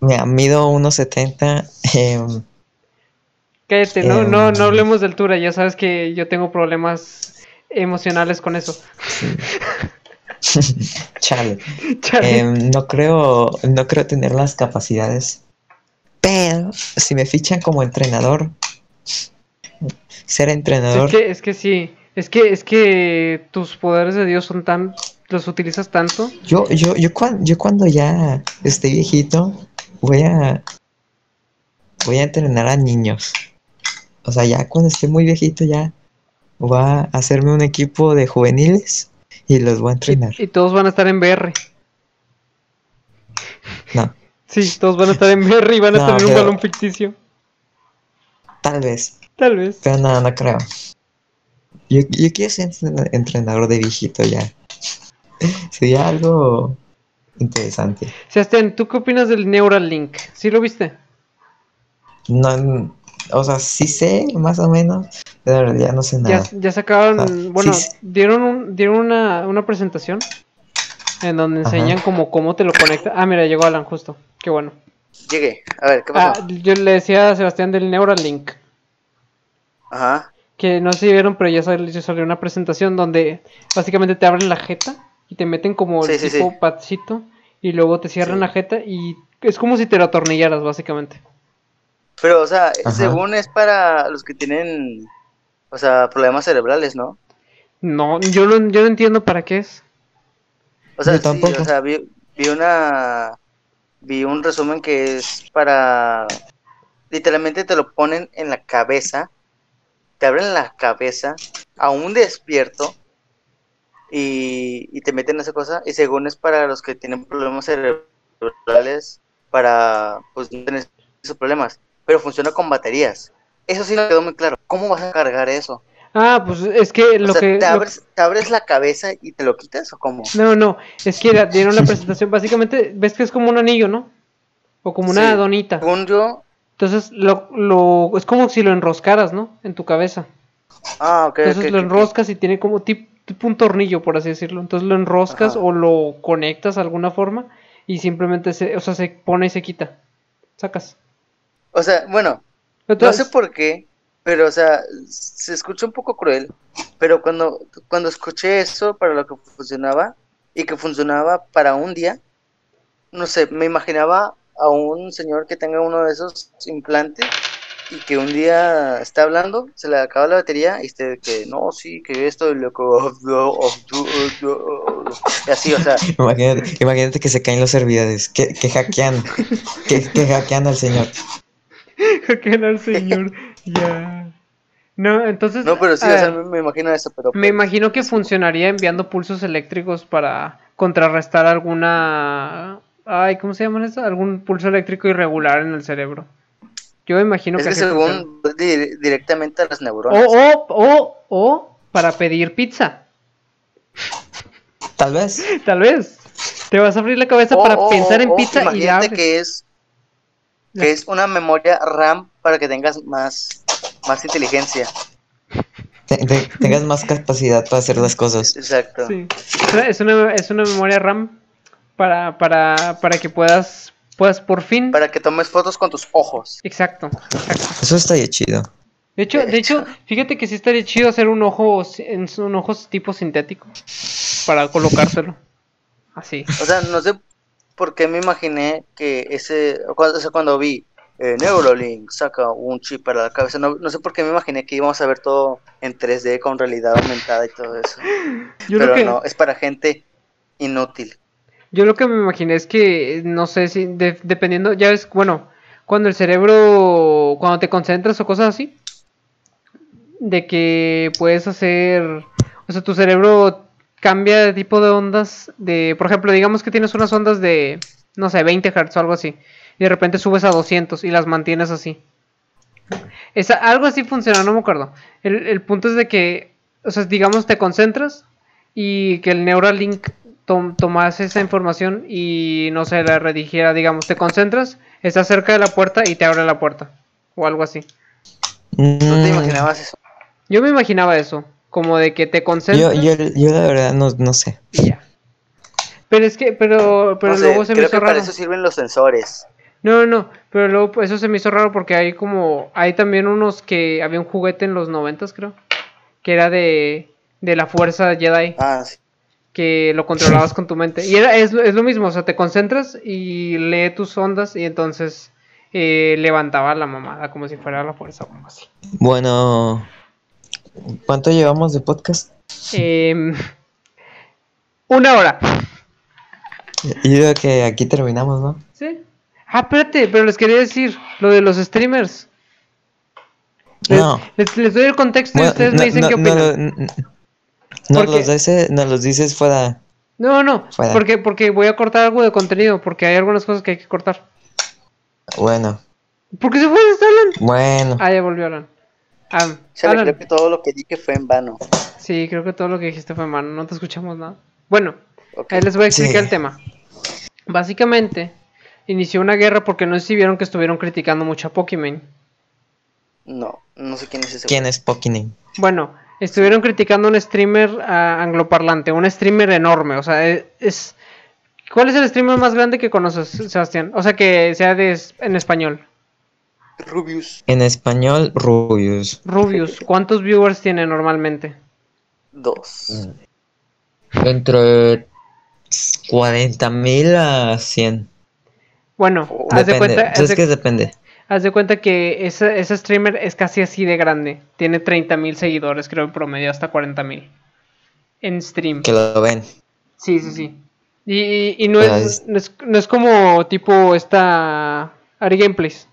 S2: Mira, mido 1.70. em,
S1: Cállate, no,
S2: Eh,
S1: no, no hablemos de altura. Ya sabes que yo tengo problemas emocionales con eso.
S2: chale.
S1: Chale.
S2: Em, no creo, no creo tener las capacidades. Pero si me fichan como entrenador, ser
S1: es,
S2: entrenador,
S1: que, es que sí. Es que, es que tus poderes de Dios son tan. Los utilizas tanto.
S2: yo, yo, yo, cuan- yo cuando ya esté viejito, voy a, voy a entrenar a niños. O sea, ya cuando esté muy viejito, ya va a hacerme un equipo de juveniles y los voy a entrenar.
S1: Y, y todos van a estar en BR.
S2: No,
S1: Sí, todos van a estar en BR y van a
S2: No,
S1: tener un
S2: pero-
S1: balón ficticio.
S2: tal vez,
S1: Tal vez.
S2: pero no, no creo. Yo, yo quiero ser entren- entrenador de viejito ya. Sería algo interesante.
S1: Sebastián, ¿tú qué opinas del Neuralink? ¿Sí lo viste?
S2: No, n- o sea, sí sé más o menos, pero en realidad no sé
S1: Ya,
S2: nada.
S1: ya sacaron,
S2: Ah,
S1: bueno,
S2: sí, sí.
S1: dieron, un- dieron una, una presentación en donde
S2: Ajá.
S1: enseñan como cómo te lo conecta. Ah, mira, llegó Alan justo. Qué bueno.
S3: Llegué. A ver, ¿qué
S1: Ah,
S3: pasó?
S1: yo le decía a Sebastián del Neuralink, Ah.
S3: Ajá.
S1: que no sé si vieron, pero ya sal- ya salió, una presentación donde básicamente te abren la jeta y te meten como el
S3: Sí, sí,
S1: tipo
S3: sí.
S1: patcito y luego te cierran
S3: Sí.
S1: la jeta y es como si te lo atornillaras básicamente.
S3: Pero, o sea,
S2: Ajá.
S3: según es para los que tienen, o sea, problemas cerebrales, ¿no?
S1: No, yo no, yo no entiendo para qué es.
S3: O sea,
S2: Yo
S3: sí,
S2: tampoco.
S3: o sea, vi, vi una, vi un resumen que es para, literalmente te lo ponen en la cabeza, te abren la cabeza, aún despierto, y, y te meten esa cosa, y según es para los que tienen problemas cerebrales, para, pues, no tener esos problemas, pero funciona con baterías. Eso sí no quedó muy claro. ¿Cómo vas a cargar eso?
S1: Ah, pues es que
S3: O
S1: lo
S3: sea,
S1: que...
S3: ¿te,
S1: lo-
S3: abres, ¿te abres la cabeza y te lo quitas o cómo?
S1: No, no, es que era- dieron la presentación. Básicamente, ves que es como un anillo, ¿no? O como una
S3: Sí.
S1: donita.
S3: Según yo,
S1: Entonces, lo, lo, es como si lo enroscaras, ¿no? En tu cabeza.
S3: Ah, ok.
S1: Entonces
S3: ok,
S1: lo
S3: ok, ok.
S1: enroscas y tiene como tip- tipo un tornillo, por así decirlo. Entonces lo enroscas
S3: Ajá.
S1: o lo conectas de alguna forma y simplemente se, o sea, se pone y se quita. Sacas.
S3: O sea, bueno, no sé
S1: Entonces,
S3: por qué, pero, o sea, se escucha un poco cruel, pero cuando, cuando escuché eso para lo que funcionaba y que funcionaba para un día, no sé, me imaginaba a un señor que tenga uno de esos implantes y que un día está hablando, se le acaba la batería y esté de que no, sí, que esto y "Oh, lo que. oh, y así, o sea,
S2: Imagínate, imagínate que se caen los servidores, que, que hackean, que, que hackean al señor.
S1: que era el señor. ya. No, entonces.
S3: no, pero sí,
S1: a
S3: o sea,
S1: ver.
S3: me, me imagino eso, pero.
S1: Ah. Me imagino que funcionaría enviando pulsos eléctricos para contrarrestar alguna. Ay, ¿cómo se llaman eso? Algún pulso eléctrico irregular en el cerebro. Yo me imagino
S3: Es
S1: que.
S3: que
S1: así funciona.
S3: según di- directamente a las neuronas.
S1: O, o, o, o, para pedir pizza.
S2: Tal vez.
S1: Tal vez. Te vas a abrir la cabeza
S3: O-
S1: para
S3: o-
S1: pensar en
S3: o
S1: pizza y ya.
S3: Imagínate que es, que es una memoria RAM para que tengas más, más inteligencia.
S2: Te- te- tengas más capacidad para hacer las cosas.
S3: Exacto.
S1: Sí. Es una- Es una, es una memoria RAM para, para, para que puedas, puedas por fin.
S3: Para que tomes fotos con tus ojos.
S1: Exacto.
S2: Eso estaría chido.
S1: De hecho, de hecho, fíjate que sí estaría chido hacer un ojo, si- en su- un ojo tipo sintético para colocárselo. Así.
S3: O sea, no sé por qué me imaginé que ese. Cuando, o sea, cuando vi eh, Neuralink saca un chip para la cabeza, no, no sé por qué me imaginé que íbamos a ver todo en 3D con realidad aumentada y todo eso.
S1: Yo
S3: Pero
S1: creo que
S3: no, es para gente inútil.
S1: Yo lo que me imaginé es que, no sé si, de- dependiendo, ya ves, bueno, cuando el cerebro, cuando te concentras o cosas así, de que puedes hacer, o sea, tu cerebro cambia de tipo de ondas, de, por ejemplo, digamos que tienes unas ondas de, no sé, 20 Hz o algo así, y de repente subes a 200 y las mantienes así. Esa- algo así funciona, no me acuerdo. El, el punto es de que, o sea, digamos, te concentras y que el Neuralink tom- tomase esa información y no se la redigiera, digamos, te concentras, estás cerca de la puerta y te abre la puerta, o algo así.
S3: ¿No te
S2: Mm,
S3: imaginabas eso?
S1: Yo me imaginaba eso, como de que te
S2: Yo,
S1: concentras
S2: yo, yo la verdad no, no sé.
S1: y ya. Pero es que, pero, pero
S3: No sé,
S1: luego se me
S3: creo
S1: hizo
S3: que
S1: raro.
S3: para eso sirven los sensores.
S1: No, no, no, pero luego pues, eso se me hizo raro porque hay como, hay también unos que había un juguete en los noventas, creo, que era de, de la fuerza Jedi.
S3: Ah, sí.
S1: que lo controlabas con tu mente. Y era, es, lo- es lo mismo, o sea, te concentras y lee tus ondas y entonces eh, levantaba la mamada como si fuera la fuerza o algo así.
S2: Bueno, ¿cuánto llevamos de podcast?
S1: Em, una hora.
S2: Yo creo que aquí terminamos, ¿no?
S1: ¿Sí? Ah, espérate, pero les quería decir lo de los streamers. Les,
S2: No.
S1: les, les doy el contexto y
S2: Bueno,
S1: ustedes
S2: no,
S1: me dicen
S2: no,
S1: qué
S2: no
S1: opinan.
S2: lo- n- n- nos
S1: Porque-
S2: los dices- nos los dices fuera.
S1: No, no,
S2: Fuera.
S1: porque, porque voy a cortar algo de contenido, porque hay algunas cosas que hay que cortar.
S2: Bueno,
S1: ¿Por qué se fue Alan?
S2: bueno.
S1: Ah, ya volvió Alan. Ah,
S3: Chale,
S1: Alan.
S3: creo que todo lo que dije fue en vano.
S1: Sí, creo que todo lo que dijiste fue mano, no te escuchamos nada. Bueno,
S3: Ok.
S1: ahí les voy a explicar
S2: Sí.
S1: el tema. Básicamente, inició una guerra porque no sé si vieron que estuvieron criticando mucho a Pokémon.
S3: No, no sé quién es ese.
S2: ¿Quién es Pokinen?
S1: Bueno, estuvieron criticando a un streamer ah, angloparlante, un streamer enorme, o sea, e- es... ¿Cuál es el streamer más grande que conoces, Sebastián? O sea, que sea de, es- en español.
S3: Rubius.
S2: En español, Rubius.
S1: Rubius, ¿cuántos viewers tiene normalmente?
S3: Dos.
S2: Mm. Entre 40.000 a 100.
S1: Bueno,
S3: Oh,
S1: haz de
S2: Depende.
S1: cuenta... haz
S2: Entonces,
S1: de-
S2: que depende.
S1: Haz de cuenta que ese, ese streamer es casi así de grande. Tiene 30 mil seguidores, creo, en promedio hasta 40 mil. En stream.
S2: Que lo ven.
S1: Sí, sí, sí. Y, y- y no,
S2: Pero
S1: es,
S2: es-
S1: no, es, no es como tipo esta... Ari Gameplays.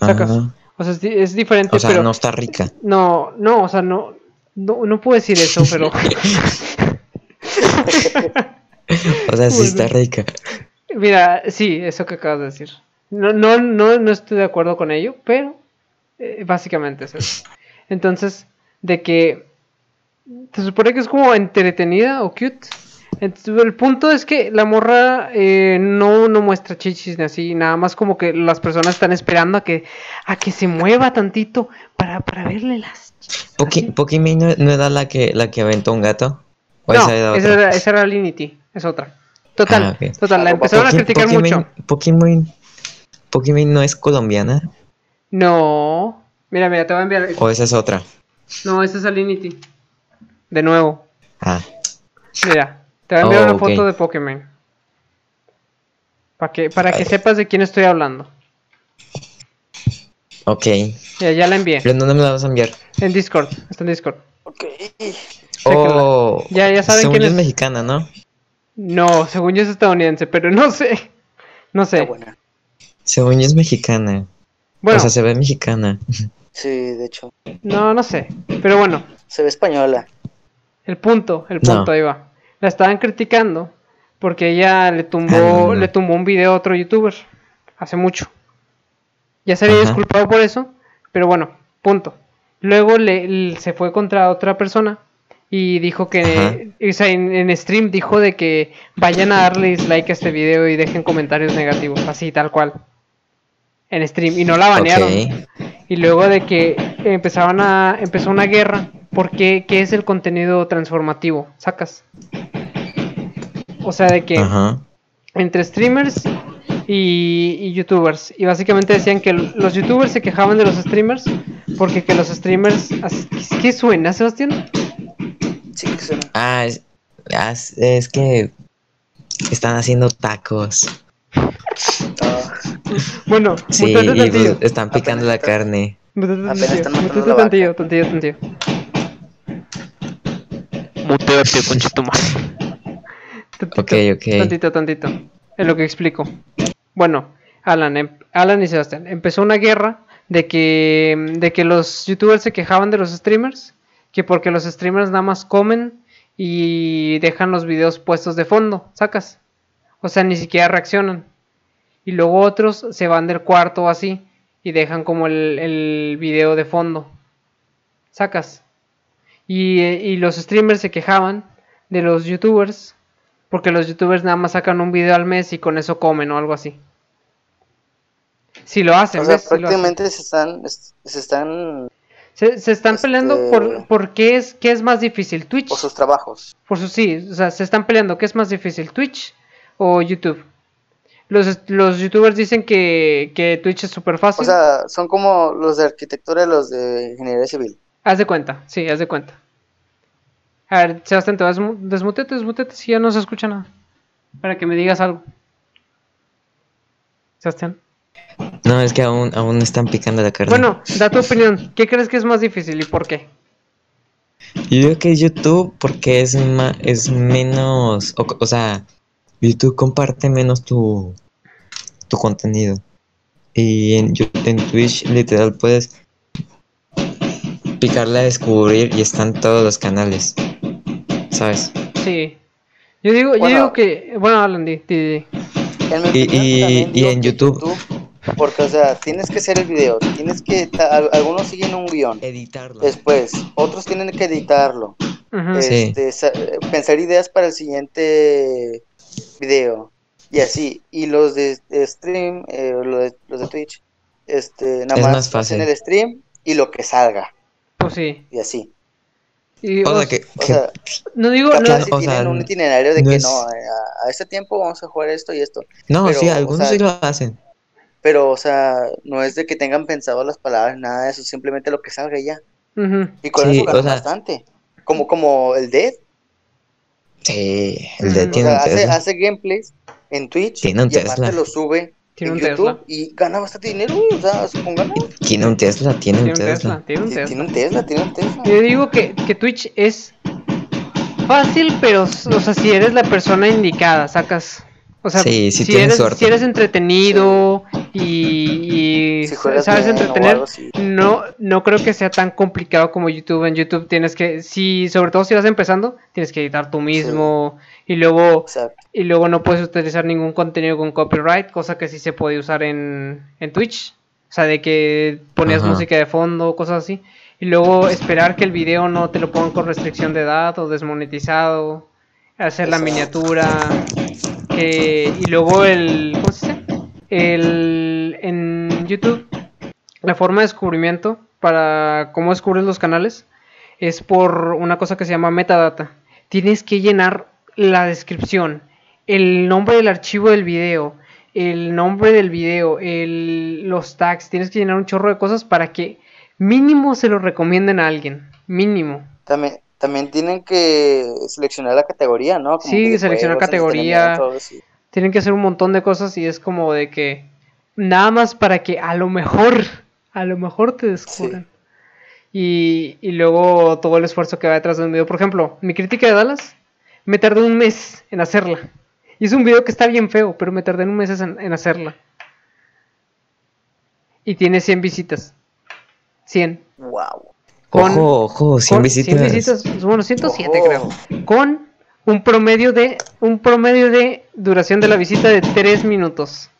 S1: Sacas.
S2: Ajá.
S1: O sea, es, di- es diferente,
S2: O sea,
S1: pero...
S2: no
S1: No.
S2: está rica.
S1: no, o sea, no... No, no puedo decir eso, pero...
S2: O sea, sí
S1: Bueno.
S2: está rica.
S1: Mira, sí, eso que acabas de decir. No, no, no, no estoy de acuerdo con ello, pero eh, básicamente es eso. Entonces, de que se supone que es como entretenida o cute. Entonces, el punto es que la morra eh, no, no muestra chichis ni así, nada más como que las personas están esperando a que, a que se mueva tantito para, para verle las chichis.
S2: Poki-
S1: así.
S2: Pokimane no, no era la que, la que aventó un gato. ¿O
S1: no,
S2: esa era
S1: esa
S2: Pues otra?
S1: era, esa era Linity, es otra. Total,
S2: Ah, ok.
S1: total, la
S3: Ah,
S1: empezaron a
S2: Poki-
S1: criticar
S2: Pokimane-
S1: mucho.
S2: Pokimane- Pokimane no es colombiana.
S1: No. Mira, mira, te voy a enviar.
S2: ¿O esa es otra?
S1: No, esa es Alinity. De nuevo.
S2: Ah,
S1: Mira, te voy a enviar
S2: Oh,
S1: una
S2: ok.
S1: foto de Pokémon. Para que, para que
S2: Ay.
S1: sepas de quién estoy hablando.
S2: ok.
S1: Ya, ya la envié.
S2: Pero no me la vas a enviar.
S1: En Discord. Está en Discord.
S3: Ok.
S1: Chécala.
S2: Oh,
S1: Ya- ya saben
S2: según
S1: quién
S2: yo
S1: es.
S2: mexicana, ¿no?
S1: No, según yo es estadounidense, pero no sé. No
S3: Está
S2: Ah,
S1: sé.
S3: buena.
S2: Según yo es mexicana.
S1: Bueno,
S2: O sea, se ve mexicana.
S3: Sí, de hecho.
S1: no, no sé. Pero bueno,
S3: Se ve española.
S1: el punto, el
S2: No.
S1: punto, ahí va. La estaban criticando porque ella le tumbó,
S2: Ah, no, no.
S1: le tumbó un video a otro youtuber hace mucho. Ya se había
S2: Ajá.
S1: disculpado por eso, pero bueno, punto. Luego le, l- se fue contra otra persona y dijo
S2: Ajá.
S1: que, o sea, en, en stream dijo de que vayan a darle dislike a este video y dejen comentarios negativos, así tal cual. En stream y no la banearon.
S2: Ok.
S1: Y luego de que empezaban a empezó una guerra, porque qué es el contenido transformativo? Sacas. O sea, de que
S2: Ajá.
S1: entre streamers y, y youtubers. Y básicamente decían que los youtubers se quejaban de los streamers porque que los streamers... as- ¿Qué suena, Sebastián?
S3: Sí, que suena.
S2: Ah, es, ah, es- es que están haciendo tacos.
S3: Ah,
S1: Bueno,
S2: Sí,
S1: mutante
S2: y pues,
S1: tantillo.
S2: están picando la
S3: Apenas está-
S2: carne.
S1: Mutante
S3: apenas
S1: tantillo,
S3: están matando
S1: mutante
S3: la vaca.
S1: tantillo, tantillo, tantillo. Muteate, concha tu madre. Tantito,
S2: Ok, ok.
S1: Tantito, tantito. Es lo que explico. Bueno, Alan, em- Alan y Sebastián. Empezó una guerra de que, de que los youtubers se quejaban de los streamers. Que porque los streamers nada más comen y dejan los videos puestos de fondo, sacas. O sea, ni siquiera reaccionan. Y luego otros se van del cuarto así y dejan como el, el video de fondo, sacas. Y, eh, y los streamers se quejaban de los youtubers porque los youtubers nada más sacan un video al mes y con eso comen o algo así. Si lo hacen,
S3: O sea,
S1: ¿ves? Sí lo hacen.
S3: prácticamente se están, es- se están
S1: se, se están peleando por,
S3: este-
S1: por qué, es, qué es más difícil, Twitch.
S3: por sus trabajos.
S1: Por su sí, o sea, se están peleando. ¿Qué es más difícil, Twitch o YouTube? Los, est- los youtubers dicen que, que Twitch es súper fácil.
S3: O sea, son como los de arquitectura y los de ingeniería civil.
S1: haz de cuenta, sí, haz de cuenta. A ver, Sebastián, te vas, desmutete, desmutete, si ya no se escucha nada. Para que me digas algo. Sebastián.
S2: No, es que aún, aún están picando la carne.
S1: Bueno, da tu opinión. ¿Qué crees que es más difícil y por qué?
S2: Yo digo que es YouTube porque es, ma- es menos. O, o sea, YouTube comparte menos tu, tu contenido. Y en, Yu- en Twitch, literal, puedes picarle a descubrir y están todos los canales. ¿Sabes?
S1: Sí. Yo digo, yo
S3: Bueno.
S1: digo que. Bueno, Alan, di, di, di.
S3: En mi
S2: Y- y-
S3: opinión, también
S2: y
S3: digo
S2: en
S3: que
S2: YouTube.
S3: Porque, o sea, tienes que hacer el video, tienes que, ta- al- algunos siguen un guión,
S2: Editarlo.
S3: después otros tienen que editarlo,
S1: Ujú.
S2: Sí.
S3: este, sa- eh, pensar ideas para el siguiente video y así. Y los de de stream, eh, los, de, los de Twitch, este, nada
S2: Es
S3: más,
S2: más fácil.
S3: hacen el stream y lo que salga
S1: Pues sí.
S3: y así.
S1: Y,
S2: O
S1: o
S2: sea, que,
S3: O
S2: que-
S3: sea,
S1: No digo, no,
S3: capaz si
S2: o sea,
S3: tienen un itinerario de
S2: no
S3: que
S2: es-
S3: no, eh, a, a este tiempo vamos a jugar esto y esto.
S2: no,
S3: pero,
S2: sí,
S3: o
S2: algunos
S3: sea,
S2: sí lo hacen.
S3: Pero, o sea, no es de que tengan pensado las palabras, nada de eso, simplemente lo que salga y ya.
S1: ujú.
S3: Y con
S2: Sí,
S3: eso ganan
S2: o sea-
S3: bastante. Como, como el Dead.
S2: Sí, el
S1: Mm.
S2: de
S1: O
S3: O
S2: tiene
S3: sea,
S2: un
S3: hace,
S2: Tesla.
S3: hace gameplays en Twitch
S2: Tiene un
S3: y aparte
S2: Tesla.
S3: lo sube
S1: Tiene
S3: en
S1: un
S3: YouTube
S1: Tesla.
S3: y gana bastante dinero, güey, O sea, supongamos.
S2: Tiene un Tesla, tiene un
S1: Tiene un Tesla,
S2: Tesla.
S1: tiene un
S3: Sí,
S1: Tesla.
S3: Tiene un Tesla, tiene un Tesla.
S1: Yo digo que, que Twitch es fácil, pero, o sea, si eres la persona indicada, sacas. O sea,
S2: Sí, sí
S1: si,
S2: tienes
S1: eres,
S2: suerte.
S1: si eres entretenido y, y
S3: Si juegas
S1: sabes
S3: bien o
S1: entretener,
S3: algo así.
S1: no, no creo que sea tan complicado como YouTube. En YouTube tienes que, si, sobre todo si vas empezando, tienes que editar tú mismo y luego
S3: Exacto.
S1: y luego no puedes utilizar ningún contenido con copyright, cosa que sí se puede usar en, en Twitch. O sea, de que ponías
S2: Ajá.
S1: música de fondo, cosas así. Y luego esperar que el video no te lo pongan con restricción de edad o desmonetizado. Hacer la
S3: Exacto.
S1: miniatura. que- y luego el... ¿Cómo se dice? El, en YouTube, la forma de descubrimiento para cómo descubres los canales es por una cosa que se llama metadata. Tienes que llenar la descripción, el nombre del archivo del video, el nombre del video, el- los tags. Tienes que llenar un chorro de cosas para que mínimo se lo recomienden a alguien. Mínimo.
S3: También, también tienen que seleccionar la categoría, ¿no?
S1: Sí, seleccionar
S3: videojuegos,
S1: categoría.
S3: entretenimiento, algo así.
S1: Tienen que hacer un montón de cosas y es como de que nada más para que a lo mejor, a lo mejor te descubran. Y, y luego todo el esfuerzo que va detrás de un video. Por ejemplo, mi crítica de Dallas me tardó un mes en hacerla. Y es un video que está bien feo, pero me tardé un mes en, en hacerla. Y tiene 100 visitas. 100.
S3: Wow.
S1: con-
S2: ojo, ojo, 100
S1: Con-
S2: visitas.
S1: 100 visitas, Bueno, 107
S3: Ojo.
S1: creo con un promedio de un promedio de duración de la visita de 3 minutos.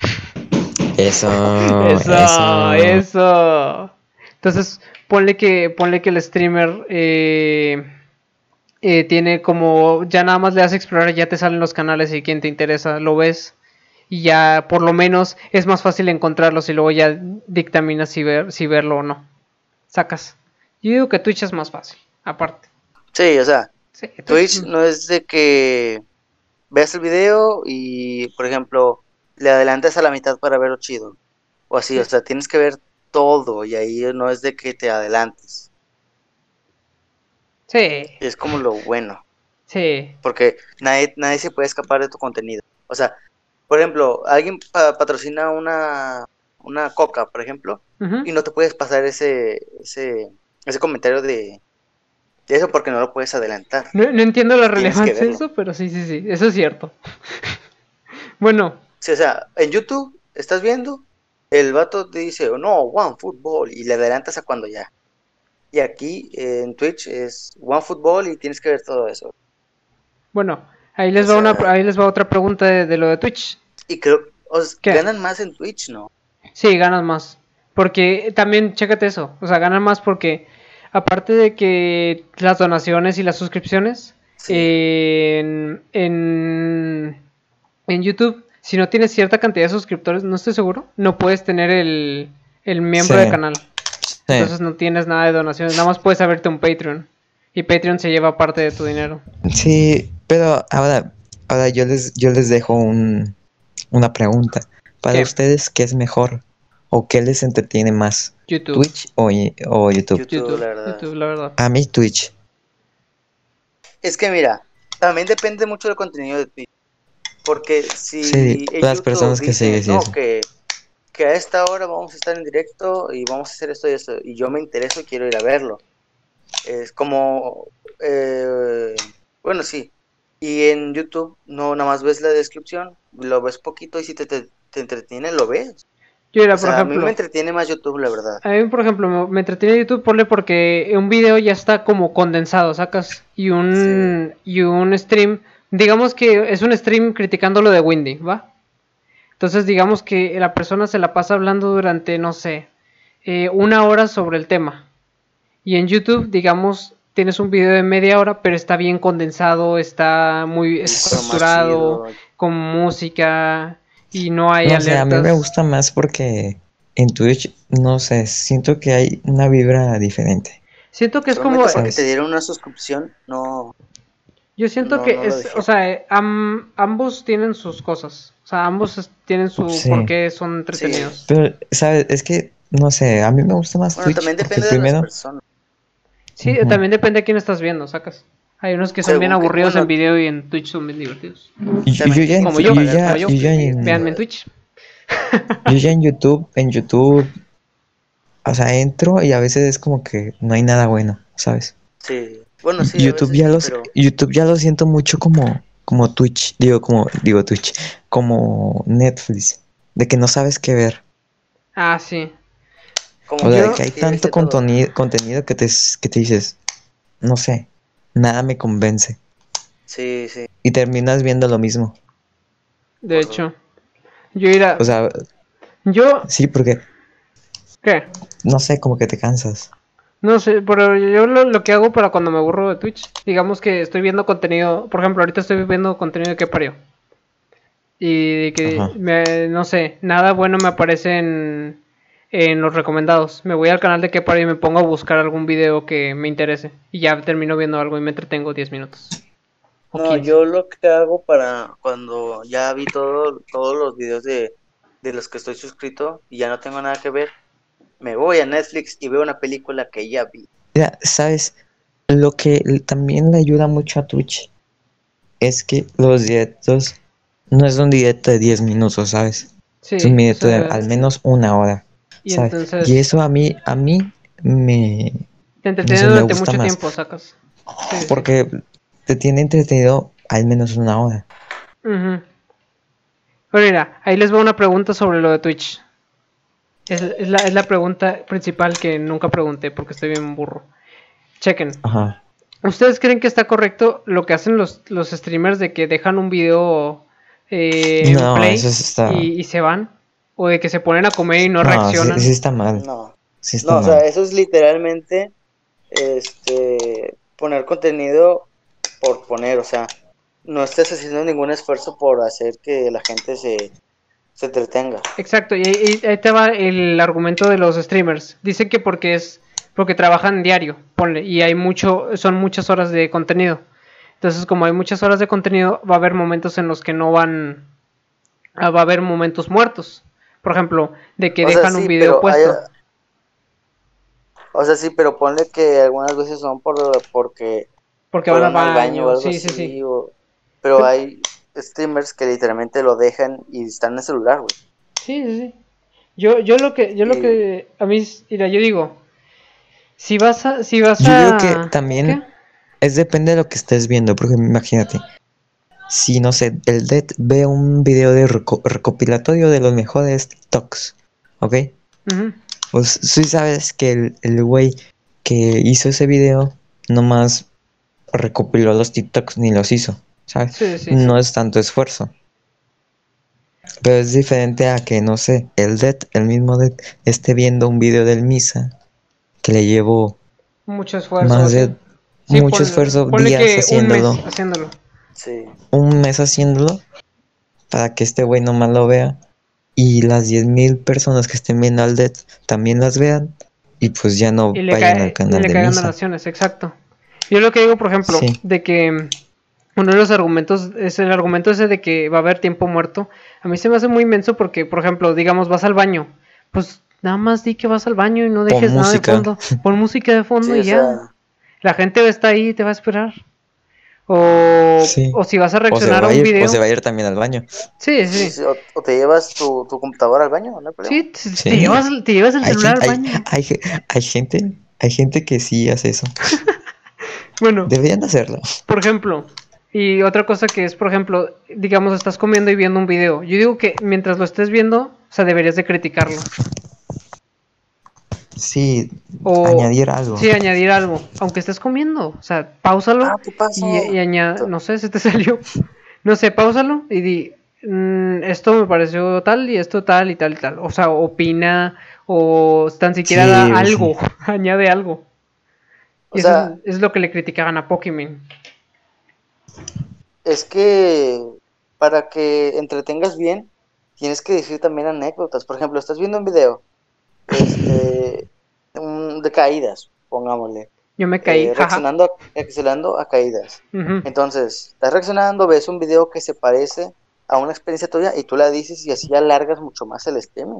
S2: Eso,
S1: eso,
S2: Ah, eso.
S1: eso. Entonces, ponle que ponle que el streamer eh, eh, tiene como ya nada más le das a explorar, ya te salen los canales y quien te interesa lo ves y ya por lo menos es más fácil encontrarlos y luego ya dictaminas si ver si verlo o no. Sacas. Yo digo que Twitch es más fácil, aparte.
S3: Sí, o sea,
S1: Sí,
S3: Twitch no es de que veas el video y, por ejemplo, le adelantas a la mitad para verlo chido. O así, o sea, tienes que ver todo y ahí no es de que te adelantes.
S1: Sí,
S3: Es como lo bueno,
S1: sí.
S3: porque nadie, nadie se puede escapar de tu contenido. O sea, por ejemplo, alguien pa- patrocina una, una coca, por ejemplo,
S1: Ujú.
S3: y no te puedes pasar ese, ese, ese comentario de, Y eso porque no lo puedes adelantar.
S1: No, no entiendo la
S3: Tienes que
S1: relevancia de
S3: verlo.
S1: eso, pero sí, sí, sí, eso es cierto. bueno,
S3: Sí, o sea, en YouTube estás viendo, el vato te dice, oh, no, One Football, y le adelantas a cuando ya. Y aquí eh, en Twitch es One Football y tienes que ver todo eso.
S1: bueno, ahí les
S3: O
S1: va una,
S3: sea-
S1: ahí les va otra pregunta de, de lo de Twitch.
S3: Y creo, o sea,
S1: ¿Qué?
S3: ganan más en Twitch, ¿no?
S1: Sí, ganas más. Porque también, chécate eso. O sea, ganan más porque, aparte de que las donaciones y las suscripciones,
S3: Sí.
S1: Eh, en, en, en YouTube, si no tienes cierta cantidad de suscriptores, no estoy seguro, no puedes tener el, el miembro
S2: Sí.
S1: del canal.
S2: Sí,
S1: Entonces no tienes nada de donaciones, nada más puedes abrirte un Patreon. Y Patreon se lleva parte de tu dinero.
S2: Sí, pero ahora, ahora yo les, yo les dejo un, una pregunta. Para
S1: ¿Qué?
S2: ustedes, ¿qué es mejor? ¿O qué les entretiene más?
S1: YouTube.
S2: ¿Twitch o, y- o YouTube?
S3: YouTube, la verdad.
S1: YouTube, la verdad.
S2: A mí Twitch.
S3: Es que mira, también depende mucho del contenido de Twitch. Porque si
S2: Sí,
S3: en
S2: las
S3: YouTube
S2: personas que
S3: dicen,
S2: sigues y
S3: no,
S2: eso".
S3: que, que a esta hora vamos a estar en directo y vamos a hacer esto y esto, y yo me intereso y quiero ir a verlo. Es como, eh, bueno, sí. Y en YouTube, no, nada más ves la descripción, lo ves poquito y si te, te, te entretiene, lo ves.
S1: Yo era,
S3: O
S1: por
S3: sea, a mí
S1: ejemplo.
S3: me entretiene más YouTube, la verdad.
S1: A mí, por ejemplo, me, me entretiene YouTube ponle porque un video ya está como condensado, sacas, y un, y un stream, digamos que es un stream criticando lo de Windy, ¿va? Entonces, digamos que la persona se la pasa hablando durante, no sé, eh, una hora sobre el tema. Y en YouTube, digamos, tienes un video de media hora, pero está bien condensado, está muy estructurado,
S3: Informativo.
S1: con música, y no hay
S2: No sé, a mí me
S1: alertas.
S2: gusta más porque en Twitch, no sé, siento que hay una vibra diferente.
S1: Siento que es
S3: Solamente
S1: como...
S3: porque
S2: ¿sabes?
S3: te dieron una suscripción, no.
S1: Yo siento
S3: No,
S1: que
S3: no lo
S1: es,
S3: dejé.
S1: o sea, eh, am- ambos tienen sus cosas. O sea, ambos es- tienen su
S2: Sí.
S1: por qué son entretenidos.
S2: Pero, ¿sabes? Es que, no sé, a mí me gusta más
S3: Bueno,
S2: Twitch
S3: también
S2: porque
S3: depende de las
S2: primero...
S3: personas.
S1: Sí,
S2: Ujú.
S1: también depende de quién estás viendo, sacas. Hay unos que son
S3: Según
S1: bien
S3: que-
S1: aburridos
S3: bueno.
S1: en video y en Twitch son bien divertidos.
S2: Y- y Yo,
S3: También,
S2: ya en-
S1: Como yo,
S2: yo ya-
S1: como yo.
S2: yo ya en-
S1: Veanme en Twitch.
S2: Yo ya en YouTube, en YouTube, o sea, entro y a veces es como que no hay nada bueno, ¿sabes?
S3: Sí. Bueno, sí. a
S2: YouTube
S3: veces
S2: ya
S3: sí,
S2: los,
S3: pero-
S2: YouTube ya lo siento mucho como, como Twitch, digo como, digo Twitch, como Netflix, de que no sabes qué ver.
S1: Ah, sí.
S3: Como
S2: O sea,
S3: yo,
S2: de que hay
S3: sí,
S2: tanto
S3: de todo.
S2: contenido, contenido que te, s- que te dices, no sé, nada me convence.
S3: Sí, sí.
S2: Y terminas viendo lo mismo.
S1: De hecho. Yo irá.
S2: O sea,
S1: Yo,
S2: sí, porque,
S1: ¿qué?
S2: no sé, como que te cansas.
S1: No sé, pero yo lo, lo que hago para cuando me aburro de Twitch, digamos que estoy viendo contenido, por ejemplo, ahorita estoy viendo contenido de que parió. Y de que,
S2: Ajá.
S1: me- no sé, nada bueno me aparece en, en los recomendados. Me voy al canal de que parió y me pongo a buscar algún video que me interese. Y ya termino viendo algo y me entretengo 10 minutos. O
S3: No,
S1: 15.
S3: yo lo que hago para cuando ya vi todo, todos los videos de, de los que estoy suscrito y ya no tengo nada que ver, me voy a Netflix y veo una película que ya vi.
S2: Mira, ¿sabes? Lo que l- también le ayuda mucho a Twitch es que los directos no es un directo de 10 minutos, ¿sabes?
S1: Sí,
S2: es un directo
S1: o sea,
S2: de al menos una hora,
S1: y
S2: ¿sabes?
S1: entonces
S2: Y eso a mí, a mí me...
S1: te entretiene
S2: eso me
S1: durante
S2: gusta
S1: mucho
S2: más.
S1: tiempo, sacas. Sí, sí.
S2: Porque te tiene entretenido al menos una hora.
S1: Ujú. Pero mira, ahí les va una pregunta sobre lo de Twitch. Es, es la, es la pregunta principal que nunca pregunté porque estoy bien burro. Chequen.
S2: Ajá.
S1: ¿Ustedes creen que está correcto lo que hacen los, los streamers de que dejan un video eh, en
S2: No,
S1: play
S2: eso sí está...
S1: y, y se van? ¿O de que se ponen a comer y no,
S2: No, sí-
S1: reaccionan?
S2: sí, está mal.
S3: No,
S2: Sí Ah, está
S3: no, o
S2: mal.
S3: sea, eso es literalmente este, poner contenido por poner, o sea, no estás haciendo ningún esfuerzo por hacer que la gente se, se entretenga.
S1: Exacto, y ahí, y ahí te va el argumento de los streamers. Dicen que porque es porque trabajan diario, ponle, y hay mucho, son muchas horas de contenido. Entonces, como hay muchas horas de contenido, va a haber momentos en los que no van, ah, va a haber momentos muertos. Por ejemplo, de que
S3: O sea,
S1: dejan
S3: sí,
S1: un video
S3: pero
S1: puesto.
S3: hay- o sea, sí, pero ponle que algunas veces son por, porque
S1: porque van al
S3: fueron
S1: baño.
S3: al baño o algo
S1: sí, sí,
S3: así,
S1: sí.
S3: o- pero hay streamers que literalmente lo dejan y están en el celular, güey.
S1: Sí, sí, sí. Yo, yo lo que, yo lo
S3: Sí.
S1: que, a mí, mira, yo digo, si vas a, si vas
S2: Yo
S1: a, Ah,
S2: digo que también
S1: ¿qué?
S2: Es depende de lo que estés viendo, porque imagínate. Si no sé, el Dead ve un video de reco- recopilatorio de los mejores TikToks, ¿ok?
S1: Ujú.
S2: Pues sí sabes que el- el güey que hizo ese video nomás recopiló los TikToks ni los hizo, ¿sabes?
S1: Sí, sí.
S2: no es tanto esfuerzo. Pero es diferente a que, no sé, el Dead, el mismo Dead, esté viendo un video del Misa que le llevó
S1: Mucho esfuerzo.
S2: más de
S1: sí. Sí,
S2: mucho
S1: ponle-
S2: esfuerzo,
S1: ponle que
S2: días
S1: un
S2: haciéndolo,
S1: mes haciéndolo.
S3: Sí.
S2: un mes haciéndolo, para que este güey nomás lo vea y las 10.000 personas que estén viendo al Dead también las vean y pues ya no
S1: Y le,
S2: vayan
S1: cae,
S2: al canal
S1: y le
S2: de
S1: caen
S2: Misa.
S1: donaciones, exacto. Yo lo que digo, por ejemplo,
S2: Sí.
S1: de que mm, uno de los argumentos es el argumento ese de que va a haber tiempo muerto. A mí se me hace muy inmenso porque, por ejemplo, digamos, vas al baño. Pues nada más di que vas al baño y no dejes nada de
S2: música.
S1: fondo. Pon música de fondo
S3: Sí,
S1: y
S3: o
S1: ya.
S3: sea,
S1: La gente está ahí y te va a esperar. O,
S2: Sí.
S1: o si vas a
S2: O se,
S1: reaccionar
S2: va
S1: a
S2: a
S1: un
S2: ir,
S1: video.
S2: o se va a ir también al baño.
S1: Sí,
S3: sí,
S1: sí.
S3: sí, O, o te llevas tu, tu computadora al baño, no hay problema.
S1: Sí, te, te llevas, te llevas el
S2: Hay,
S1: celular
S2: gente-
S1: al
S2: hay-
S1: baño.
S2: hay ge- hay gente, hay gente que sí hace eso.
S1: Bueno,
S2: Deberían hacerlo.
S1: Por ejemplo, y otra cosa que es, por ejemplo, digamos, estás comiendo y viendo un video. Yo digo que mientras lo estés viendo, o sea, deberías de criticarlo.
S2: Sí,
S1: O
S2: añadir algo.
S1: Sí, añadir algo, aunque estés comiendo. O sea, pausalo
S3: Ah, ¿qué pasó?
S1: y, añade, no sé, se te salió. No sé, pausalo y di, "Mm, esto me pareció tal y esto tal y tal y tal. O sea, opina o tan siquiera
S2: Sí,
S1: da
S2: sí.
S1: algo, añade algo.
S3: O
S1: Y eso
S3: sea-
S1: es, es lo que le criticaban a Pokémon.
S3: Es que para que entretengas bien, tienes que decir también anécdotas. Por ejemplo, estás viendo un video este, un- de caídas, pongámosle.
S1: Yo me caí,
S3: eh,
S1: jaja.
S3: reaccionando, a, reaccionando a caídas.
S1: Ujú.
S3: Entonces, estás reaccionando, ves un video que se parece a una experiencia tuya y tú la dices y así alargas mucho más el tema.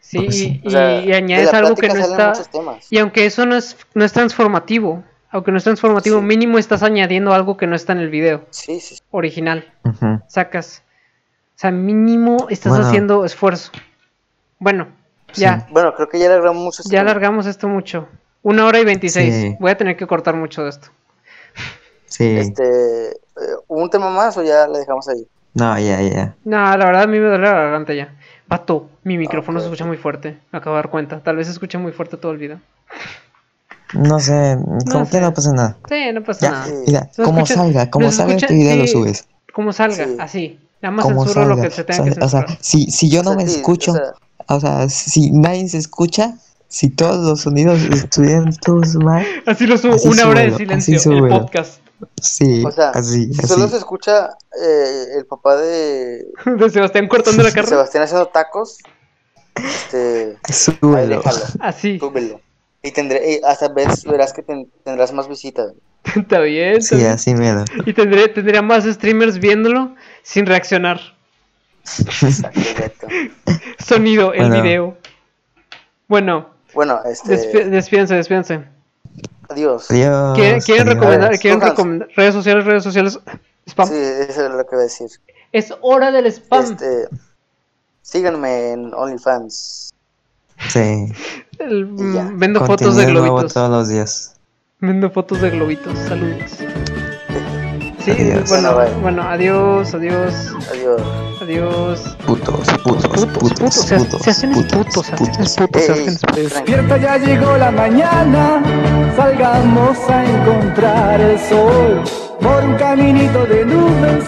S1: Sí,
S2: Pues
S1: y,
S2: sí.
S3: O sea,
S1: y- y
S3: de
S1: añades
S3: la
S1: algo que
S3: plática
S1: no
S3: salen
S1: está.
S3: muchos temas.
S1: Y aunque eso no es, no es transformativo, aunque no es transformativo,
S3: Sí.
S1: mínimo estás añadiendo algo que no está en el video
S3: Sí, sí, sí.
S1: original.
S2: Ujú.
S1: Sacas. O sea, mínimo estás
S2: Bueno.
S1: haciendo esfuerzo. Bueno,
S2: Sí.
S1: ya.
S3: Bueno, creo que ya alargamos mucho este
S1: Ya
S3: tema.
S1: alargamos esto mucho. Una hora y veintiséis.
S2: Sí.
S1: Voy a tener que cortar mucho de esto.
S2: Sí.
S3: Este, eh, ¿Un tema más o ya le dejamos ahí?
S2: No, ya, ya.
S1: No, la verdad a mí me duele la garganta ya. Pato, mi micrófono
S3: ok,
S1: se escucha muy fuerte. Me acabo de dar cuenta. Tal vez se escucha muy fuerte todo el video.
S2: No sé, como
S1: sé.
S2: que no pasa nada.
S1: Sí, no pasa
S2: Ya,
S1: nada.
S2: mira,
S1: Lo
S2: como
S1: escuchas-
S2: salga, como
S1: los
S2: salga
S1: escucha-
S2: este video lo
S1: sí.
S2: subes.
S1: Como salga,
S3: Sí.
S1: así. Nada más
S2: Como
S1: censuro
S2: salga.
S1: lo que se tenga
S2: sale-
S1: que
S2: o sea,
S1: censurar.
S2: si, si yo no
S3: O sea,
S2: me
S3: sí, o
S2: escucho,
S3: sea,
S2: o sea, si nadie se escucha, si todos los sonidos estuvieran todos mal,
S1: Así lo subo,
S2: Así
S1: una hora de
S2: súbelo,
S1: silencio,
S2: así
S1: el
S2: súbelo.
S1: podcast
S2: sí,
S3: O sea,
S2: así,
S3: si
S2: así.
S3: solo se escucha eh, el papá de
S1: de Sebastián cortando la carne.
S3: Sebastián haciendo tacos, este, ahí
S2: Súbelo.
S3: le jala,
S1: Así,
S3: súbelo. Y, tendré, y hasta ves- verás que ten- tendrás más visitas.
S1: está bien. está
S2: Sí,
S1: bien.
S2: así mero.
S1: Y tendría, tendría más streamers viéndolo sin reaccionar.
S3: Exacto, exacto.
S1: Sonido, el
S2: Bueno.
S1: video. Bueno,
S3: Bueno,
S1: despi-
S3: este,
S1: despídense, despídense.
S3: adiós. Sí,
S2: Adiós.
S1: ¿Quieren, quieren
S2: adiós.
S1: recomendar? ¿Quieren
S3: Suscríbanse.
S1: recomendar? Redes sociales, redes sociales. Spam.
S3: eso es lo que voy a decir.
S1: Es hora del spam.
S3: Este, síganme en OnlyFans.
S2: Sí.
S1: El- mm,
S3: ya.
S1: vendo fotos de
S2: Contenido nuevo
S1: globitos.
S2: todos los días.
S1: Vendo fotos de globitos. Saludos. Sí,
S2: Adiós.
S1: bueno,
S3: Bueno, bye.
S1: bueno, adiós, adiós,
S3: Adiós.
S1: adiós.
S2: Putos, putos, putos, putos,
S1: se- se hacen
S2: putos,
S1: putos, se hacen
S2: putos.
S1: putos, se hacen
S3: Ey, tranqui.
S8: Despierta, ya llegó la mañana, salgamos a encontrar el sol. Por un caminito de nubes,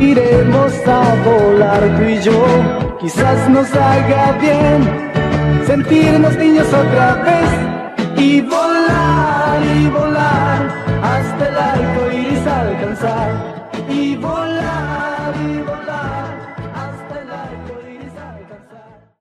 S8: iremos a volar tú y yo. Quizás nos haga bien sentirnos niños otra vez y volar y volar hasta el arco iris alcanzar. Y volar